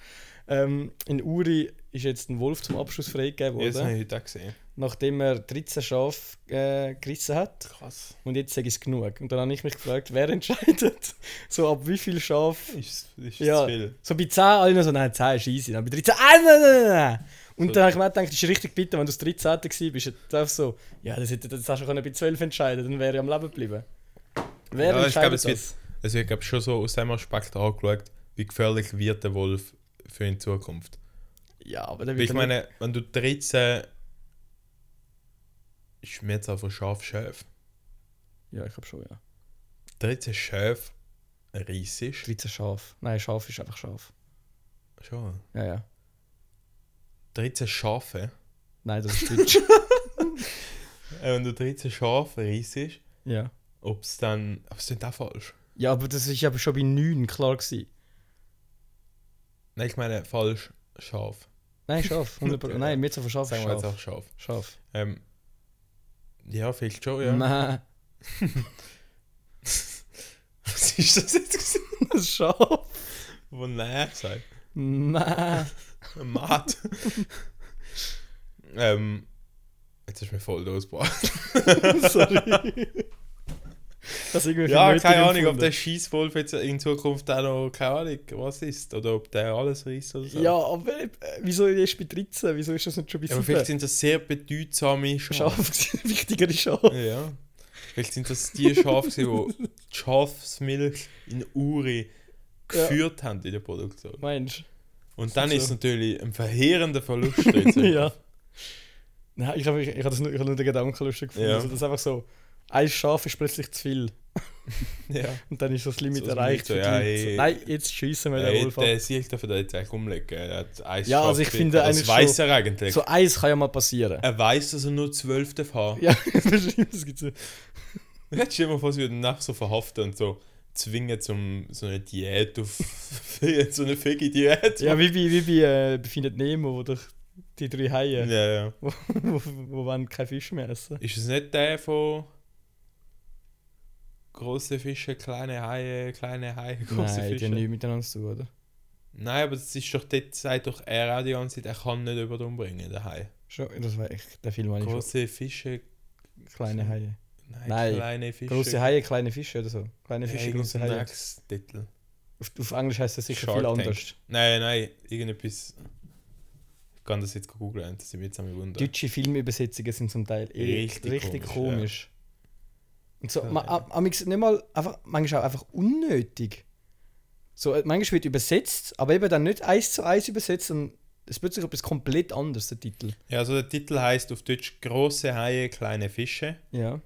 Speaker 2: ähm, in Uri ist jetzt ein Wolf zum Abschluss freigegeben
Speaker 1: Ja, das habe
Speaker 2: worden,
Speaker 1: ich heute auch gesehen.
Speaker 2: nachdem er 13 Schafe äh, gerissen hat
Speaker 1: Krass.
Speaker 2: und jetzt sage ich es genug. Und dann habe ich mich gefragt, wer entscheidet, so ab wie viel Schaf
Speaker 1: Ist, ist
Speaker 2: Ja.
Speaker 1: zu viel.
Speaker 2: so bei 10 alle noch so, nein, 10 ist easy. Dann bei 13, ah, nein, nein, nein, nein. Und
Speaker 1: So.
Speaker 2: dann habe ich mir auch gedacht, das ist richtig bitter, wenn du das 13. gewesen bist. Dann darfst du so, ja, das hätte das hast du können bei 12 entscheiden dann wäre ich am Leben geblieben.
Speaker 1: Ja,
Speaker 2: Wer
Speaker 1: ich glaube,
Speaker 2: entscheidet
Speaker 1: es wird-
Speaker 2: das?
Speaker 1: Also ich habe schon so aus dem Aspekt angeschaut, wie gefährlich wird der Wolf für in Zukunft.
Speaker 2: Ja, aber dann
Speaker 1: Weil
Speaker 2: wird
Speaker 1: ich
Speaker 2: er
Speaker 1: meine, wenn du 13 ist mir jetzt einfach scharf Schäf.
Speaker 2: nicht- Ja, ich glaube schon, ja.
Speaker 1: 13 Schäf riesig.
Speaker 2: 13 Schaf. Nein, Schaf ist einfach Schaf.
Speaker 1: Schon.
Speaker 2: Ja, ja.
Speaker 1: 13 Schafe.
Speaker 2: Nein, das ist Deutsch.
Speaker 1: Äh, wenn du 13 Schafe riesig,
Speaker 2: ja.
Speaker 1: ob es dann. Aber es sind auch falsch.
Speaker 2: ja, aber das ist aber schon bei 9 klar gewesen.
Speaker 1: Nein, ich meine falsch Schaf.
Speaker 2: Nein, Schaf. 100%. Nein, mir zu verschaffen.
Speaker 1: Sagen wir jetzt
Speaker 2: Schaf.
Speaker 1: auch Schaf.
Speaker 2: Schaf.
Speaker 1: Ähm, ja, vielleicht schon, ja.
Speaker 2: Nein.
Speaker 1: Was ist das jetzt? gewesen?
Speaker 2: Das Schaf.
Speaker 1: Wo nein gesagt.
Speaker 2: Nein.
Speaker 1: Maat. ähm, jetzt ist mir voll losgebracht.
Speaker 2: Sorry. Das irgendwie
Speaker 1: Ja,
Speaker 2: vernünftig
Speaker 1: keine Ahnung, ob
Speaker 2: empfunden.
Speaker 1: der Schießwolf jetzt in Zukunft auch noch, keine Ahnung, was ist. Oder ob der alles reißt oder so.
Speaker 2: Ja, aber äh, wieso erst bei 13? Wieso ist das nicht schon bei
Speaker 1: aber
Speaker 2: 7?
Speaker 1: vielleicht sind das sehr bedeutsame Schafe.
Speaker 2: Schaf, wichtigere Schaf.
Speaker 1: Ja. Vielleicht sind das die Schafe, gewesen, die die Schafsmilch in Uri
Speaker 2: Ja.
Speaker 1: geführt haben in der Produktion.
Speaker 2: Meinst
Speaker 1: Und dann
Speaker 2: so.
Speaker 1: ist es natürlich ein verheerender Verlust. jetzt.
Speaker 2: du? ja. Nein, ich habe ich, ich hab das nur, ich hab nur den Gedanken lustig gefunden.
Speaker 1: Ja.
Speaker 2: Also, das ist einfach so, ein Schaf ist plötzlich zu viel.
Speaker 1: ja.
Speaker 2: Und dann ist das Limit
Speaker 1: So ist
Speaker 2: erreicht.
Speaker 1: so,
Speaker 2: für die
Speaker 1: ja,
Speaker 2: Leute. So,
Speaker 1: ey.
Speaker 2: Nein, jetzt schießen wir
Speaker 1: Ja,
Speaker 2: den
Speaker 1: jetzt,
Speaker 2: Wohlfahrt.
Speaker 1: äh, sehe ich dafür jetzt eigentlich umlegen. Er hat ein
Speaker 2: Ja,
Speaker 1: Schaf
Speaker 2: also ich
Speaker 1: geführt.
Speaker 2: finde
Speaker 1: das
Speaker 2: eigentlich
Speaker 1: weiß
Speaker 2: schon-
Speaker 1: er eigentlich.
Speaker 2: So eins kann ja mal passieren.
Speaker 1: Er weiß, dass er nur 12 darf haben.
Speaker 2: Ja, das stimmt, das gibt's ja.
Speaker 1: Jetzt stell dir mal vor, sie würden nach so verhaften und so zwingen zum so eine Diät auf so eine fege Diät.
Speaker 2: Ja, wie bei, wie bei äh, Befindet Nemo, wo doch die drei Haie,
Speaker 1: ja, ja.
Speaker 2: wo, wo, wo wollen keinen Fisch mehr essen.
Speaker 1: Ist es nicht der von große Fische, kleine Haie, kleine Haie, große
Speaker 2: Nein, die
Speaker 1: Fische?
Speaker 2: haben nichts miteinander zu tun, oder?
Speaker 1: Nein, aber das ist doch dort, sagt doch er auch die ganze Zeit, er kann nicht über den umbringen, der Hai.
Speaker 2: Schon, das war echt, der Film war schon.
Speaker 1: Große Fische,
Speaker 2: Kleine Haie.
Speaker 1: nein,
Speaker 2: Nein,
Speaker 1: kleine Fische.
Speaker 2: Große Haie, kleine Fische oder so. Kleine Fische, große Haie.
Speaker 1: Titel.
Speaker 2: Auf, auf Englisch heißt das sicher
Speaker 1: Shark
Speaker 2: viel
Speaker 1: Tank.
Speaker 2: anders.
Speaker 1: Nein, nein, irgendetwas. Ich kann das jetzt googeln, das ist mir jetzt am Wunder.
Speaker 2: Deutsche Filmübersetzungen sind zum Teil eh
Speaker 1: Richtig
Speaker 2: richtig,
Speaker 1: komisch,
Speaker 2: komisch. Und so,
Speaker 1: Ja,
Speaker 2: ma,
Speaker 1: ja.
Speaker 2: a- amix nicht mal, einfach, manchmal auch einfach unnötig. So, äh, manchmal wird übersetzt, aber eben dann nicht eins zu eins übersetzt, sondern es wird sich etwas komplett anderes, der Titel.
Speaker 1: Ja, also der Titel heißt auf Deutsch Große Haie, kleine Fische.
Speaker 2: Ja.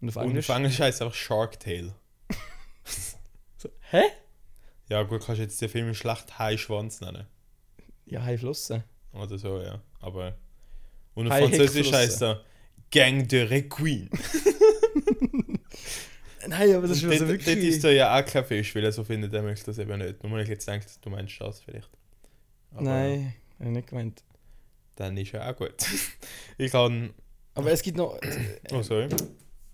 Speaker 2: Und auf
Speaker 1: Und
Speaker 2: Englisch.
Speaker 1: auf Englisch heißt es einfach Shark Tale.
Speaker 2: so, hä?
Speaker 1: Ja, gut, kannst du jetzt den Film Schlacht Hai Schwanz nennen.
Speaker 2: Ja, Hai Flossen.
Speaker 1: Oder so, ja. Aber. Und auf
Speaker 2: Hai
Speaker 1: Französisch
Speaker 2: Heckflosse.
Speaker 1: heißt er Gang de Requin.
Speaker 2: Nein, aber das
Speaker 1: Das
Speaker 2: ist also
Speaker 1: dort, dort
Speaker 2: wirklich.
Speaker 1: ist er ja auch kein Fisch, weil er so findet, er möchte das eben nicht. Nur wenn ich jetzt denke, du meinst das vielleicht. Aber
Speaker 2: Nein, hab ich nicht gemeint.
Speaker 1: Dann ist ja auch gut. ich kann.
Speaker 2: Aber es gibt noch
Speaker 1: Oh, sorry.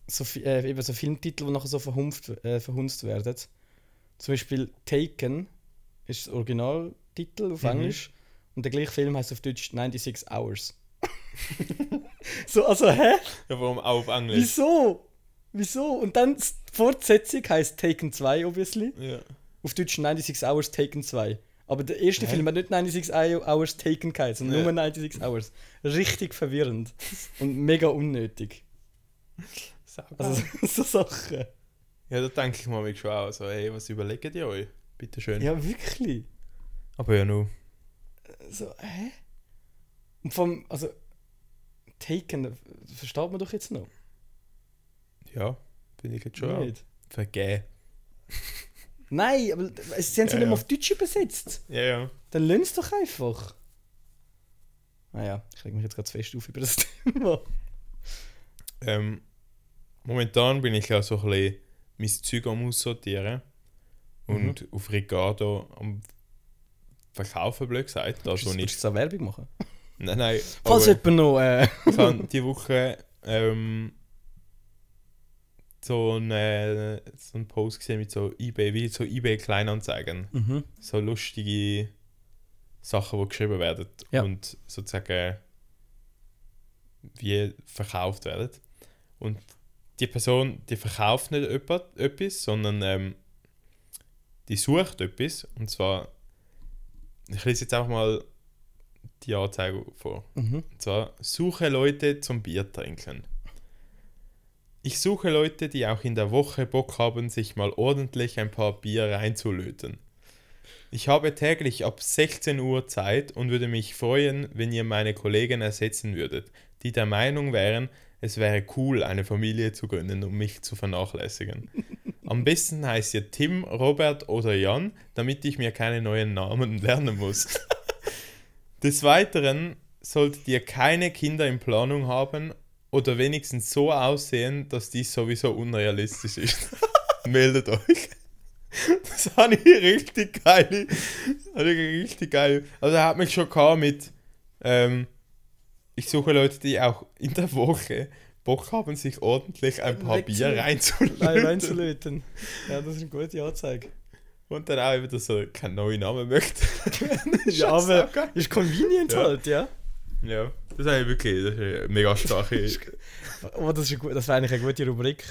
Speaker 2: so, fi- äh, eben so Filmtitel, die nachher so verhunft, äh, verhunzt werden. Zum Beispiel Taken ist das Originaltitel auf
Speaker 1: Mhm.
Speaker 2: Englisch und der gleiche Film heißt auf Deutsch 96 Hours. so, also, hä?
Speaker 1: Ja, warum auch auf Englisch?
Speaker 2: Wieso? Wieso? Und dann die Fortsetzung heißt Taken 2, obviously.
Speaker 1: Ja.
Speaker 2: Auf Deutsch 96 Hours Taken 2. Aber der erste
Speaker 1: Hä?
Speaker 2: Film hat nicht 96 Hours Taken geheißen, sondern
Speaker 1: Ja.
Speaker 2: nur 96 Hours. Richtig verwirrend und mega unnötig. Also,
Speaker 1: Ah.
Speaker 2: so Sachen.
Speaker 1: Ja, da denke ich mal schon auch so, hey, was überlegt ihr euch? Bitte schön.
Speaker 2: Ja, wirklich.
Speaker 1: Aber ja, nur.
Speaker 2: So, hä? Und vom, also, Taken, äh, versteht man doch jetzt noch?
Speaker 1: Ja, finde ich jetzt schon. Nicht.
Speaker 2: Nicht.
Speaker 1: Vergeh.
Speaker 2: Nein, aber äh, sie
Speaker 1: Ja,
Speaker 2: haben es ja, nicht
Speaker 1: ja.
Speaker 2: mehr auf Deutsch übersetzt.
Speaker 1: Ja, ja.
Speaker 2: Dann lösen sie doch einfach. Naja, ich reg mich jetzt gerade zu fest auf über das Thema.
Speaker 1: Ähm, momentan bin ich ja so ein bisschen mein Zeug am aussortieren und auf Ricardo am Verkaufen, blöd gesagt. Also
Speaker 2: Willst du
Speaker 1: nicht.
Speaker 2: jetzt auch Werbung machen?
Speaker 1: Nein, nein.
Speaker 2: Falls
Speaker 1: aber-
Speaker 2: jemand noch, äh,
Speaker 1: Ich habe die Woche ähm, so einen so einen Post gesehen mit so eBay, wie so eBay Kleinanzeigen.
Speaker 2: mhm.
Speaker 1: So lustige Sachen, die geschrieben werden
Speaker 2: Ja.
Speaker 1: und sozusagen wie verkauft werden. Und die Person, die verkauft nicht jemand, etwas, sondern ähm, die sucht etwas. Und zwar, ich lese jetzt einfach mal die Anzeige vor.
Speaker 2: Mhm.
Speaker 1: Und zwar suche Leute zum Bier trinken. Ich suche Leute, die auch in der Woche Bock haben, sich mal ordentlich ein paar Bier reinzulöten. Ich habe täglich ab 16 Uhr Zeit und würde mich freuen, wenn ihr meine Kollegen ersetzen würdet, die der Meinung wären, es wäre cool, eine Familie zu gründen, um mich zu vernachlässigen. Am besten heißt ihr Tim, Robert oder Jan, damit ich mir keine neuen Namen lernen muss. Des Weiteren solltet ihr keine Kinder in Planung haben oder wenigstens so aussehen, dass dies sowieso unrealistisch ist. Meldet euch. Das habe ich richtig geil. Habe ich richtig geil. Also er hat mich schon gehabt mit ähm, ich suche Leute, die auch in der Woche Bock haben, sich ordentlich ein paar
Speaker 2: Wegzulöten.
Speaker 1: Bier
Speaker 2: Nein,
Speaker 1: reinzulöten.
Speaker 2: reinzulöten. Ja, das ist eine gute Anzeige.
Speaker 1: Und dann auch eben, dass er keinen neuen Namen möchte.
Speaker 2: ja,
Speaker 1: schon
Speaker 2: aber
Speaker 1: saugeil.
Speaker 2: ist convenient
Speaker 1: Ja.
Speaker 2: halt, ja.
Speaker 1: Ja, das habe ich wirklich, das ist eine mega starke
Speaker 2: Oh, das, ist eine, gu- das wäre eigentlich eine gute Rubrik.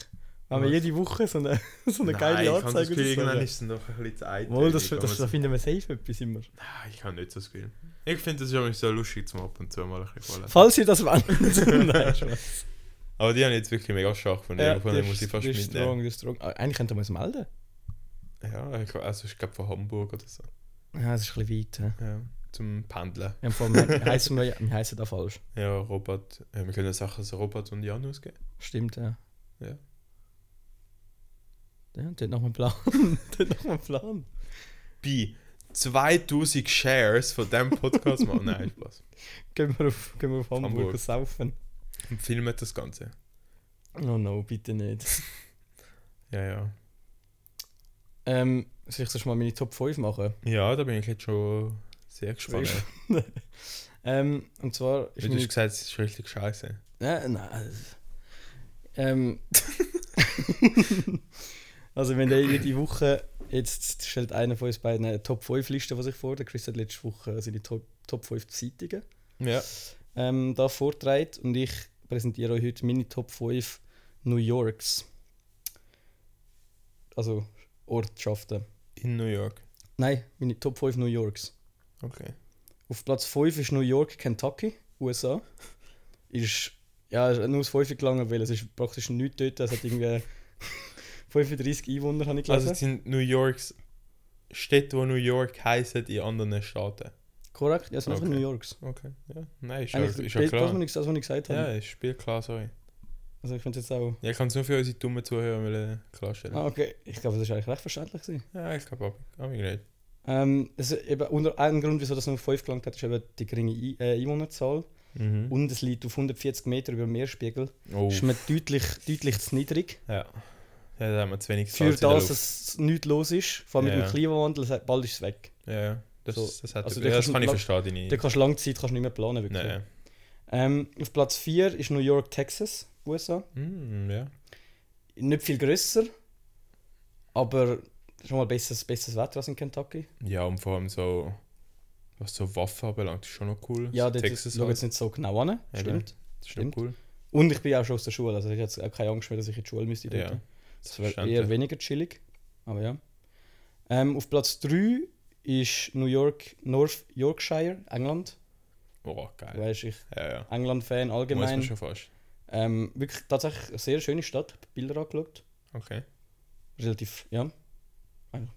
Speaker 2: Wenn wir
Speaker 1: Was?
Speaker 2: jede Woche so eine, so eine geile
Speaker 1: ich habe das
Speaker 2: Anzeige
Speaker 1: Gefühl, irgendwann
Speaker 2: rausholen.
Speaker 1: ist es noch ein bisschen zu eitel.
Speaker 2: Wohl, das, das, da finden wir safe etwas immer.
Speaker 1: Nein, ich kann nicht so das Gefühl. Ich finde das ist übrigens so lustig zum ab und zu mal ein bisschen vorlesen.
Speaker 2: Falls ihr das wollt. Nein, Spaß.
Speaker 1: Aber die haben jetzt wirklich mega schwach von
Speaker 2: Ja,
Speaker 1: ja, von
Speaker 2: die
Speaker 1: denen muss ich
Speaker 2: ist-
Speaker 1: fast
Speaker 2: die ist
Speaker 1: mitnehmen.
Speaker 2: strong, die ist strong. Ah, Eigentlich könnten wir uns melden.
Speaker 1: Ja, ich, glaub- also ich glaube von Hamburg oder so.
Speaker 2: Ja, das ist ein bisschen weit.
Speaker 1: Ja, zum Pendeln.
Speaker 2: Ja. Vor allem heißen wir, wir heißen da falsch.
Speaker 1: Ja, Robert. Ja, wir können Sachen so Robert und Janus geben.
Speaker 2: Stimmt, ja.
Speaker 1: Ja.
Speaker 2: Ja, dort noch mal einen Plan. dort noch mal einen Plan.
Speaker 1: Bei 2000 Shares von diesem Podcast machen. Nein, Spaß.
Speaker 2: Gehen wir auf, gehen wir auf Hamburg,
Speaker 1: Hamburg.
Speaker 2: und saufen.
Speaker 1: Und filmen das Ganze.
Speaker 2: Oh no, bitte nicht.
Speaker 1: Ja, ja.
Speaker 2: Ähm, soll ich sonst mal meine Top 5 machen?
Speaker 1: Ja, da bin ich jetzt schon sehr gespannt.
Speaker 2: Sehr Ähm, und zwar
Speaker 1: Weil
Speaker 2: ist
Speaker 1: Du hast
Speaker 2: meine...
Speaker 1: gesagt, es ist richtig scheiße.
Speaker 2: Äh, nein. Ähm, also wenn der jede Woche, jetzt stellt einer von uns beiden eine Top 5 Liste was ich vor, der Chris hat letzte Woche seine Top, Top 5 Zeitungen
Speaker 1: Ja.
Speaker 2: ähm, da vorträgt und ich präsentiere euch heute meine Top 5 New Yorks. Also Ortschaften.
Speaker 1: In New York.
Speaker 2: Nein, meine Top 5 New Yorks.
Speaker 1: Okay.
Speaker 2: Auf Platz 5 ist New York, Kentucky, USA. Ist, ja, ist nur aus 5 gelangen, weil es ist praktisch nichts dort. Es hat irgendwie 35 Einwohner, habe ich gelesen.
Speaker 1: Also es sind New Yorks Städte, die New York heißen, in anderen Staaten.
Speaker 2: Korrekt, ja, es sind einfach
Speaker 1: Okay.
Speaker 2: New Yorks.
Speaker 1: Okay. Ja. Nein, ist ja,
Speaker 2: Eigentlich
Speaker 1: ist ja
Speaker 2: das, was
Speaker 1: klar.
Speaker 2: ich, das, was ich gesagt habe.
Speaker 1: Ja, ist spielklar, sorry.
Speaker 2: Also ich finde es jetzt auch...
Speaker 1: Ja, ich kann es nur für unsere dummen Zuhörer wollen äh, klarstellen.
Speaker 2: Ah, okay. Ich glaube, das war eigentlich recht verständlich. Gewesen.
Speaker 1: Ja, ich glaube, habe ich nicht.
Speaker 2: Ähm, es, ist eben, unter einem Grund, wieso das nur auf 5 gelangt hat, ist eben die geringe Ei- äh, Einwohnerzahl.
Speaker 1: Mhm.
Speaker 2: Und es liegt auf 140 Meter über dem Meerspiegel.
Speaker 1: Oh.
Speaker 2: Ist mir deutlich, deutlich zu niedrig.
Speaker 1: Ja. Ja, da haben wir zu wenig
Speaker 2: Für
Speaker 1: Salz in der
Speaker 2: das,
Speaker 1: Luft.
Speaker 2: dass nichts los ist, vor allem
Speaker 1: Ja.
Speaker 2: mit dem Klimawandel, es hat- bald ist es weg.
Speaker 1: Ja, ja. Das,
Speaker 2: So,
Speaker 1: das, hat,
Speaker 2: also
Speaker 1: ja,
Speaker 2: da
Speaker 1: das
Speaker 2: kannst
Speaker 1: kann
Speaker 2: du
Speaker 1: ich
Speaker 2: Pla-
Speaker 1: verstehen, deine...
Speaker 2: Da kannst du lange Zeit kannst du nicht mehr planen. Wirklich.
Speaker 1: Nein.
Speaker 2: Ähm, auf Platz 4 ist New York, Texas, USA.
Speaker 1: Mm, ja.
Speaker 2: Nicht viel grösser, aber schon mal besseres, besseres Wetter als in Kentucky.
Speaker 1: ja, und vor allem so, was so Waffen anbelangt, ist schon noch cool.
Speaker 2: Ja,
Speaker 1: so
Speaker 2: dort
Speaker 1: Texas
Speaker 2: schaue
Speaker 1: halt,
Speaker 2: jetzt nicht so genau an.
Speaker 1: Eben.
Speaker 2: Stimmt.
Speaker 1: ist schon
Speaker 2: stimmt.
Speaker 1: cool.
Speaker 2: Und ich bin ja auch schon aus der Schule, also ich habe jetzt auch keine Angst mehr, dass ich in die Schule müsste. dort.
Speaker 1: Ja,
Speaker 2: das wäre
Speaker 1: verständlich.
Speaker 2: eher weniger chillig. Aber ja. Ähm, auf Platz 3 ist New York, North Yorkshire, England.
Speaker 1: Oh, geil.
Speaker 2: Weißt ich
Speaker 1: Ja, ja.
Speaker 2: England-Fan
Speaker 1: Muss man
Speaker 2: allgemein.
Speaker 1: schon fast.
Speaker 2: Ähm, wirklich tatsächlich eine sehr schöne Stadt. Ich habe Bilder angeschaut.
Speaker 1: Okay.
Speaker 2: Relativ, ja. Eine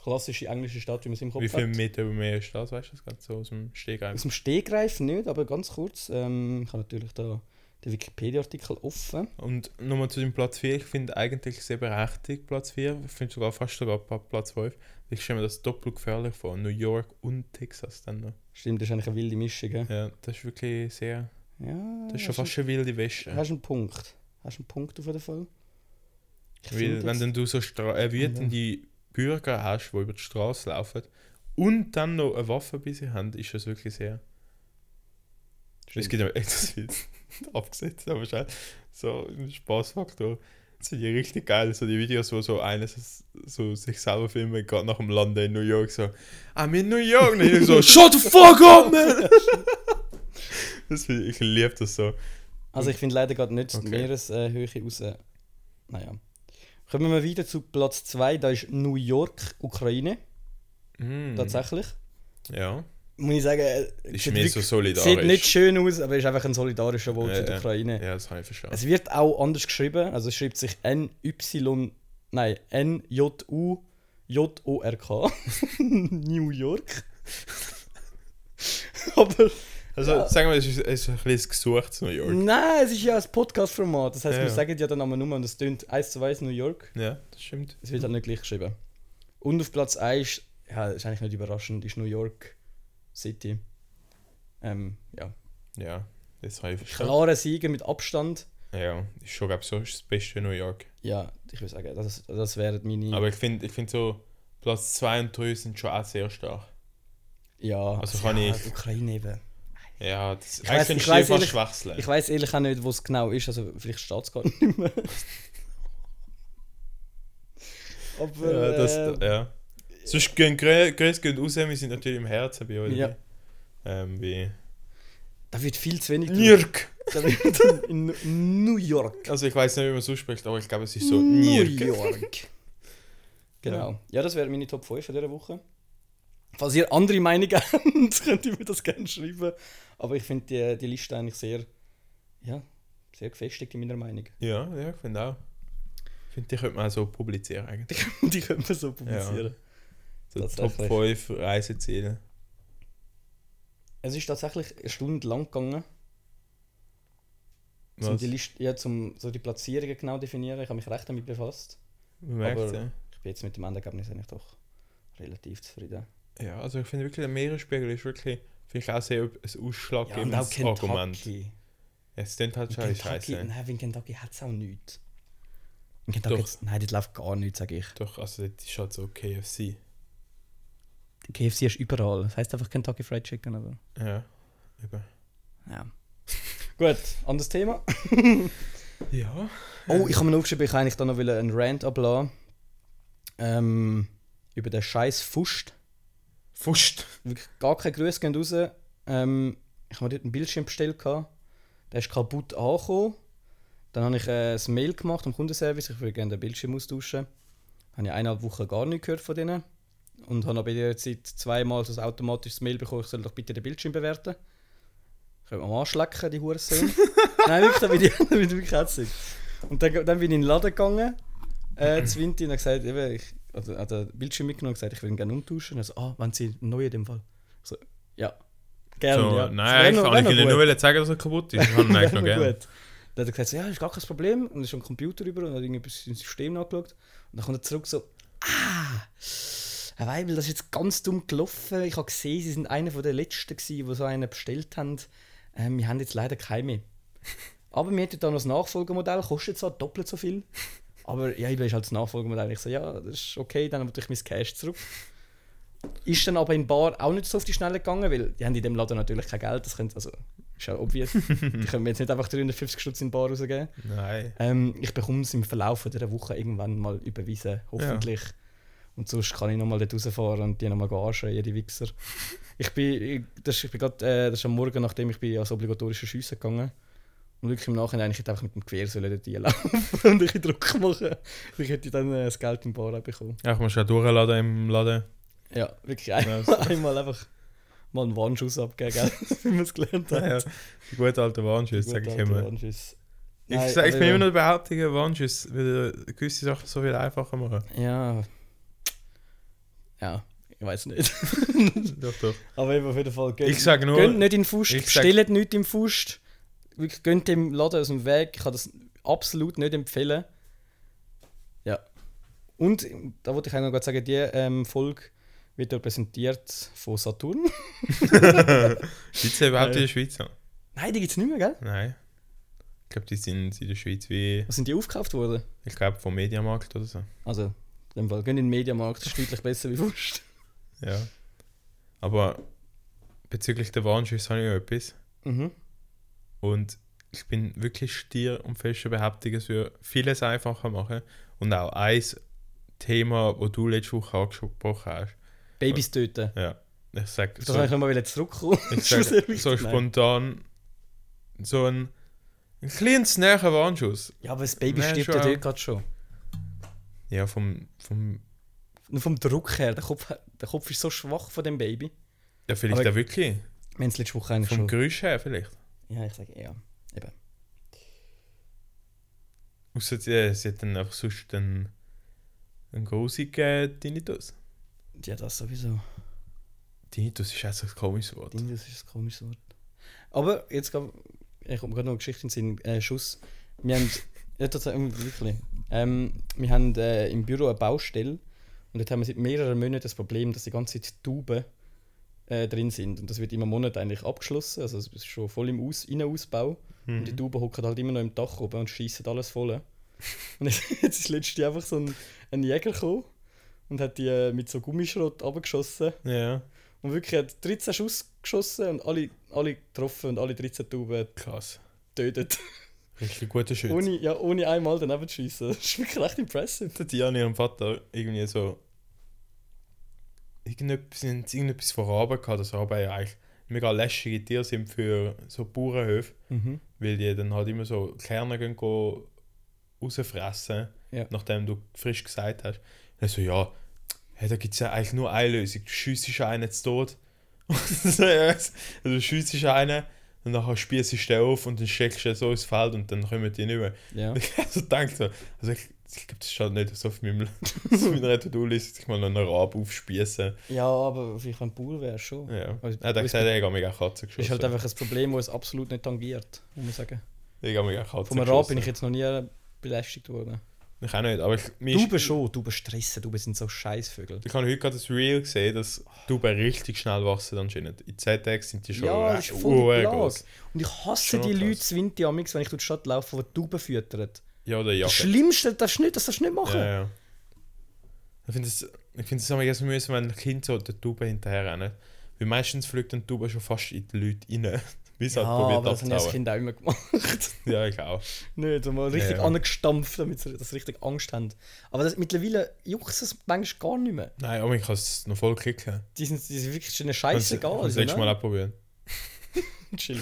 Speaker 2: klassische englische Stadt, wie man es im Kopf
Speaker 1: Wie viel
Speaker 2: hat.
Speaker 1: Meter über Meer ist das, weißt du das gerade so aus dem Stegreif?
Speaker 2: Aus dem Stegreif nicht, aber ganz kurz. Ähm, ich habe natürlich da den Wikipedia-Artikel offen.
Speaker 1: Und nochmal zu dem Platz 4, ich finde eigentlich sehr berechtigt Platz 4, ich finde sogar fast sogar pa- Platz 5. Ich stelle mir das doppelt gefährlich vor, New York und Texas dann noch.
Speaker 2: Stimmt, das ist eigentlich eine wilde Mischung. gell?
Speaker 1: Ja, das ist wirklich sehr,
Speaker 2: Ja,
Speaker 1: das ist schon fast schon wilde Weste.
Speaker 2: Hast du einen Punkt? Hast du einen Punkt auf jeden Fall? Ich
Speaker 1: Weil,
Speaker 2: finde
Speaker 1: wenn
Speaker 2: jetzt-
Speaker 1: dann du so stra- äh, wütende Bürger hast, die über die Straße laufen und dann noch eine Waffe bei sich haben, ist das wirklich sehr. Es
Speaker 2: Stimmt.
Speaker 1: gibt aber echt das wird abgesetzt, aber schau, so ein Spaßfaktor. Das sind ja richtig geil, so die Videos, wo so eines so sich selber filmen, gerade nach dem Landen in New York, so I'm in New York, und ich so Shut the fuck up, man! das find ich ich liebe das so.
Speaker 2: Also ich finde leider gerade nicht
Speaker 1: Okay.
Speaker 2: die Meereshöhe raus. Naja. Kommen wir wieder zu Platz 2, da ist New York, Ukraine,
Speaker 1: Mm,
Speaker 2: tatsächlich.
Speaker 1: Ja,
Speaker 2: Muss ich sagen, äh,
Speaker 1: ist
Speaker 2: sieht
Speaker 1: mir
Speaker 2: wirklich-
Speaker 1: so
Speaker 2: Sieht nicht
Speaker 1: solidarisch.
Speaker 2: schön aus, aber ist einfach ein solidarischer Vote
Speaker 1: Ja,
Speaker 2: für die
Speaker 1: ja.
Speaker 2: Ukraine.
Speaker 1: Ja, das kann ich verstehen.
Speaker 2: Es wird auch anders geschrieben, also es schreibt sich N-Y, nein, N-J-U, J-O-R-K, New York. aber
Speaker 1: Also
Speaker 2: Ja.
Speaker 1: sagen wir, es ist, es ist ein bisschen gesucht zu New York.
Speaker 2: nein, es ist ja ein Podcast-Format, das heißt,
Speaker 1: Ja,
Speaker 2: wir
Speaker 1: ja.
Speaker 2: sagen ja dann einmal nur, und es tönt eins zu eins New York,
Speaker 1: Ja, das stimmt.
Speaker 2: es wird halt nicht gleich geschrieben. Und auf Platz 1, ja, ist eigentlich nicht überraschend, ist New York City. Ähm, ja.
Speaker 1: Ja, das habe ich verstanden.
Speaker 2: Klarer Sieger mit Abstand.
Speaker 1: Ja, ist schon, glaube ich, so das Beste in New York.
Speaker 2: Ja, ich würde sagen, das, das wären meine.
Speaker 1: Aber ich finde ich find so, Platz 2 und 3 sind schon auch sehr stark.
Speaker 2: ja,
Speaker 1: also kann
Speaker 2: ja,
Speaker 1: ich-
Speaker 2: Ukraine eben.
Speaker 1: Ja, das
Speaker 2: weiss-
Speaker 1: eigentlich
Speaker 2: ich
Speaker 1: könntest du
Speaker 2: weiss
Speaker 1: die fast
Speaker 2: ehrlich-
Speaker 1: wechseln.
Speaker 2: Ich weiß ehrlich auch nicht, wo es genau ist, also vielleicht steht es gar nicht mehr. Aber.
Speaker 1: ja, das,
Speaker 2: äh,
Speaker 1: ja. Sonst gehen Grö- Grüße gehen raus, wir sind natürlich im Herzen bei euch.
Speaker 2: Ja.
Speaker 1: Ähm, wie...
Speaker 2: da wird viel zu wenig.
Speaker 1: Nierk!
Speaker 2: Da wird in, in New York.
Speaker 1: Also ich weiß nicht, wie man es ausspricht, aber ich glaube, es ist so Nierk.
Speaker 2: York. genau. Ja, das wäre meine Top 5 von dieser Woche. Falls ihr andere Meinungen habt, könnt ihr mir das gerne schreiben. Aber ich finde die, die Liste eigentlich sehr. Ja, sehr gefestigt in meiner Meinung.
Speaker 1: Ja, ja, ich finde auch. Ich finde, die könnte man auch so publizieren eigentlich.
Speaker 2: Die können wir so publizieren.
Speaker 1: So Top
Speaker 2: Tatsächlich.
Speaker 1: 5 Reiseziele.
Speaker 2: Es ist tatsächlich eine Stunde lang gegangen, um
Speaker 1: Was?
Speaker 2: die, Liste, ja, zum, so die Platzierungen genau zu definieren. Ich habe mich recht damit befasst.
Speaker 1: Man merkt's,
Speaker 2: aber-
Speaker 1: ja.
Speaker 2: Ich bin jetzt mit dem Endergebnis eigentlich doch relativ zufrieden.
Speaker 1: Ja, also ich finde wirklich, der Meeresspiegel ist wirklich, finde ich auch sehr ein ausschlaggebendes Argument.
Speaker 2: Kentucky.
Speaker 1: Es klingt halt schon
Speaker 2: Kentucky
Speaker 1: scheiße.
Speaker 2: nein, in Kentucky hat es auch nichts. In Kentucky
Speaker 1: Doch.
Speaker 2: hat's- nein, das läuft gar nichts, sage ich.
Speaker 1: Doch, also das ist halt so KFC.
Speaker 2: Die KFC ist überall. Das heißt einfach Kentucky Fried Chicken, aber.
Speaker 1: Ja, eben.
Speaker 2: Ja. Gut, anderes Thema.
Speaker 1: Ja.
Speaker 2: Oh, ich habe mir aufgeschrieben, ich wollte eigentlich da noch wollen einen Rant ablassen. Ähm, über den scheiß Fust.
Speaker 1: Fust.
Speaker 2: Wirklich gar keine Grüße gehen raus. Ähm, ich habe mir dort einen Bildschirm bestellt. gehabt. Der ist kaputt angekommen. Dann habe ich äh, ein Mail gemacht am Kundenservice, ich würde gerne den Bildschirm austauschen. Habe ich eineinhalb Wochen gar nichts gehört von denen. Und habe aber in der Zeit zweimal so ein automatisches Mail bekommen, ich soll doch bitte den Bildschirm bewerten. Können wir mal anschlecken, die Hurensohn. Nein, wirklich, da bin ich, da bin ich wirklich herzig. Und dann, dann bin ich in den Laden gegangen, äh, zu Vinti, und habe gesagt, eben, ich also, hat den Bildschirm mitgenommen und gesagt, ich will ihn gerne umtauschen. Und er so, ah, wenn Sie einen neuen in dem Fall? Ich so, ja. Gerne,
Speaker 1: So,
Speaker 2: ja. Das wär
Speaker 1: Nein, ich
Speaker 2: noch-
Speaker 1: kann
Speaker 2: wär
Speaker 1: ich
Speaker 2: noch
Speaker 1: Ihnen
Speaker 2: gut.
Speaker 1: nur wollen zeigen, dass er kaputt ist. Ich kann ihn eigentlich noch
Speaker 2: Wäre noch
Speaker 1: gerne.
Speaker 2: gut. Dann hat er gesagt, so, ja, ist gar kein Problem. Und ist am Computer rüber und hat irgendwie sein System nachgeschaut. Und dann kommt er zurück so, ah, Herr Weibel, das ist jetzt ganz dumm gelaufen. Ich habe gesehen, Sie sind einer von den Letzten gewesen, die so einen bestellt haben. Ähm, wir haben jetzt leider keine mehr. Aber wir hätten da noch das Nachfolgemodell, kostet zwar doppelt so viel. Aber ja, ich ist halt das Nachfolgemodell. Ich so, ja, das ist okay, dann natürlich mein Cash zurück. Ist dann aber in Bar auch nicht so auf die Schnelle gegangen, weil die haben in dem Laden natürlich kein Geld, das können, also ist ja obvious. die können mir jetzt nicht einfach 350 Stutz in Bar rausgeben.
Speaker 1: Nein.
Speaker 2: Ähm, ich bekomme es im Verlauf von dieser Woche irgendwann mal überwiesen, hoffentlich. Und sonst kann ich nochmal dort rausfahren und die nochmal anschreien, die Wichser. Ich bin, ich, das, ich bin grad, äh, das ist am Morgen, nachdem ich bin als obligatorische Schiessen gegangen Und wirklich im Nachhinein, ich hätte einfach mit dem Gewehr sollen dort reinlaufen und ein bisschen Druck machen. Ich hätte dann äh, das Geld im Bar auch bekommen.
Speaker 1: Ja, ich muss ja durchladen im Laden.
Speaker 2: Ja, wirklich ein,
Speaker 1: Nice.
Speaker 2: einmal einfach mal einen Warnschuss abgeben, gell? wie wir es gelernt haben.
Speaker 1: Ja, die gute alte Warnschuss,
Speaker 2: Gut,
Speaker 1: sage ich
Speaker 2: alter
Speaker 1: immer.
Speaker 2: Warnschuss.
Speaker 1: Ich,
Speaker 2: Nein,
Speaker 1: sag, ich
Speaker 2: aber
Speaker 1: bin
Speaker 2: ja.
Speaker 1: immer noch behauptigen, Warnschuss würde gewisse Sachen so viel einfacher machen.
Speaker 2: Ja. Ja, ich weiß nicht.
Speaker 1: doch, doch.
Speaker 2: Aber eben auf jeden Fall, gönnt,
Speaker 1: Ich sage nur-
Speaker 2: gönnt nicht in den Fust,
Speaker 1: ich sag-
Speaker 2: bestellt nicht im Fust. Wirklich, gönnt dem Laden aus dem Weg. Ich kann das absolut nicht empfehlen. Ja. Und ähm, da wollte ich auch noch gerade sagen, die ähm, Folge wird ja präsentiert von Saturn.
Speaker 1: Gibt es überhaupt
Speaker 2: Nein.
Speaker 1: in der Schweiz noch?
Speaker 2: Nein, die gibt es nicht mehr, gell?
Speaker 1: Nein. Ich glaube, die sind in der Schweiz wie,
Speaker 2: Was sind die aufgekauft worden?
Speaker 1: ich glaube, vom Mediamarkt oder so.
Speaker 2: Also, in dem Fall, gönnt in den Mediamarkt, das ist deutlich besser wie Fust.
Speaker 1: Ja. Aber bezüglich der Warnschüsse habe ich noch etwas.
Speaker 2: Mhm.
Speaker 1: Und ich bin wirklich stier und fester Behauptung, es würde vieles einfacher machen. Und auch ein Thema, wo du letzte Woche angesprochen hast.
Speaker 2: Babys töten.
Speaker 1: Ja. Ich sage
Speaker 2: Das so. kann ich
Speaker 1: so,
Speaker 2: nochmal wieder zurückkommen.
Speaker 1: ich
Speaker 2: Das ist
Speaker 1: sag,
Speaker 2: sehr
Speaker 1: so
Speaker 2: wichtig. Nein.
Speaker 1: spontan so ein, ein kleines näher Warnschuss.
Speaker 2: Ja, aber das Baby
Speaker 1: Nein,
Speaker 2: stirbt
Speaker 1: schon
Speaker 2: ja
Speaker 1: auch.
Speaker 2: dort gerade schon.
Speaker 1: Ja, vom, vom
Speaker 2: Nur vom Druck her, der Kopf, der Kopf ist so schwach von dem Baby.
Speaker 1: ja, vielleicht
Speaker 2: Aber-
Speaker 1: auch wirklich.
Speaker 2: Wir haben es letzte Woche eigentlich
Speaker 1: Vom
Speaker 2: schon.
Speaker 1: Geräusch her vielleicht.
Speaker 2: Ja, ich sage ja. Eben.
Speaker 1: Außer sie, äh, sie hat dann einfach sonst einen, einen grossigen Tinnitus.
Speaker 2: Ja, das sowieso.
Speaker 1: Tinnitus ist auch so ein komisches Wort.
Speaker 2: Ding, Das ist ein komisches Wort. Aber jetzt gab ich komme gerade noch eine Geschichte in den Sinn, äh, Schuss. Wir haben, ja, tatsächlich, wirklich. Ähm, wir haben äh, im Büro eine Baustelle und dort haben wir seit mehreren Monaten das Problem, dass die ganze Zeit Tauben äh, drin sind. Und das wird immer im Monat eigentlich abgeschlossen, also es ist schon voll im Aus Innenausbau. Und die Tauben hocken halt immer noch im Dach oben und schießen alles voll. Und jetzt, jetzt ist letztens einfach so ein, ein Jäger gekommen und hat die äh, mit so Gummischrot abgeschossen.
Speaker 1: Ja,
Speaker 2: Und wirklich hat 13 Schuss geschossen und alle, alle getroffen und alle 13 Tauben
Speaker 1: krass.
Speaker 2: getötet.
Speaker 1: Richtig guter Schütze. Und
Speaker 2: ohne, ja, ohne einmal daneben zu schiessen. Das ist wirklich recht impressive.
Speaker 1: die an ihrem Vater irgendwie so. Irgendetwas, sie haben irgendetwas von Raben gehabt, dass Raben ja eigentlich mega lästige Tiere sind für so Bauernhöfe, weil die dann halt immer so Kerne gehen, gehen rausfressen,
Speaker 2: Ja.
Speaker 1: nachdem du frisch gesagt hast. Und so, ja, hey, da gibt es ja eigentlich nur eine Lösung. Du schiessest einen zu Tod. Und so, ja, also du schiessest einen und Und nachher spießt du den auf und dann schickst du den so ins Feld und dann kommen die nicht mehr.
Speaker 2: Ja.
Speaker 1: Ich habe so gedacht, so, also ich, ich glaube, das schaut nicht so auf meinem so meiner To-Do-Liste, dass ich mal noch einen Rab aufspieße.
Speaker 2: ja, aber vielleicht ein Bauer wäre schon.
Speaker 1: Ja. Er
Speaker 2: Also,
Speaker 1: hat auch
Speaker 2: es
Speaker 1: gesagt, ich habe mega Katzen geschossen.
Speaker 2: Ist halt einfach ein Problem, das es absolut nicht tangiert, muss man sagen.
Speaker 1: ich habe mega Katzen
Speaker 2: Vom Rab bin ich jetzt noch nie belästigt worden.
Speaker 1: Ich auch nicht, aber ich, mir
Speaker 2: Du
Speaker 1: ist-
Speaker 2: bist schon, du bist stressen, du bist so Scheißvögel.
Speaker 1: ich habe heute gerade das Reel gesehen, dass Tauben richtig schnell wachsen anscheinend. In 10 Tagen sind die schon
Speaker 2: Ja,
Speaker 1: re-
Speaker 2: das ist voll die
Speaker 1: ur-
Speaker 2: Plage.
Speaker 1: groß.
Speaker 2: Und ich hasse
Speaker 1: Schon
Speaker 2: die
Speaker 1: krass.
Speaker 2: Leute, das Winter am wenn ich durch die Stadt laufe, die Tauben füttern.
Speaker 1: Ja, oder
Speaker 2: Das
Speaker 1: Jacke.
Speaker 2: Schlimmste, das darfst du nicht, das darfst du nicht machen.
Speaker 1: Ja, ja. Ich finde es find immer ganz mühsam, wenn ein Kind so der Tauben hinterherrennt. Weil meistens fliegt ein Tauben schon fast in die Leute rein. Bis
Speaker 2: Ja,
Speaker 1: halt probiert
Speaker 2: Ah, aber das habe ich als
Speaker 1: abzuhauen.
Speaker 2: Kind auch immer gemacht.
Speaker 1: Ja, ich auch.
Speaker 2: nicht, so mal richtig
Speaker 1: Ja.
Speaker 2: angestampft, damit sie das richtig Angst haben. Aber das, mittlerweile juckt es manchmal gar nicht mehr.
Speaker 1: Nein, aber ich kann es noch voll kicken.
Speaker 2: Die sind, die sind wirklich schon eine
Speaker 1: Kannst-
Speaker 2: Scheißegal. also, ne?
Speaker 1: kannst du nächstes Mal auch probieren.
Speaker 2: Chill.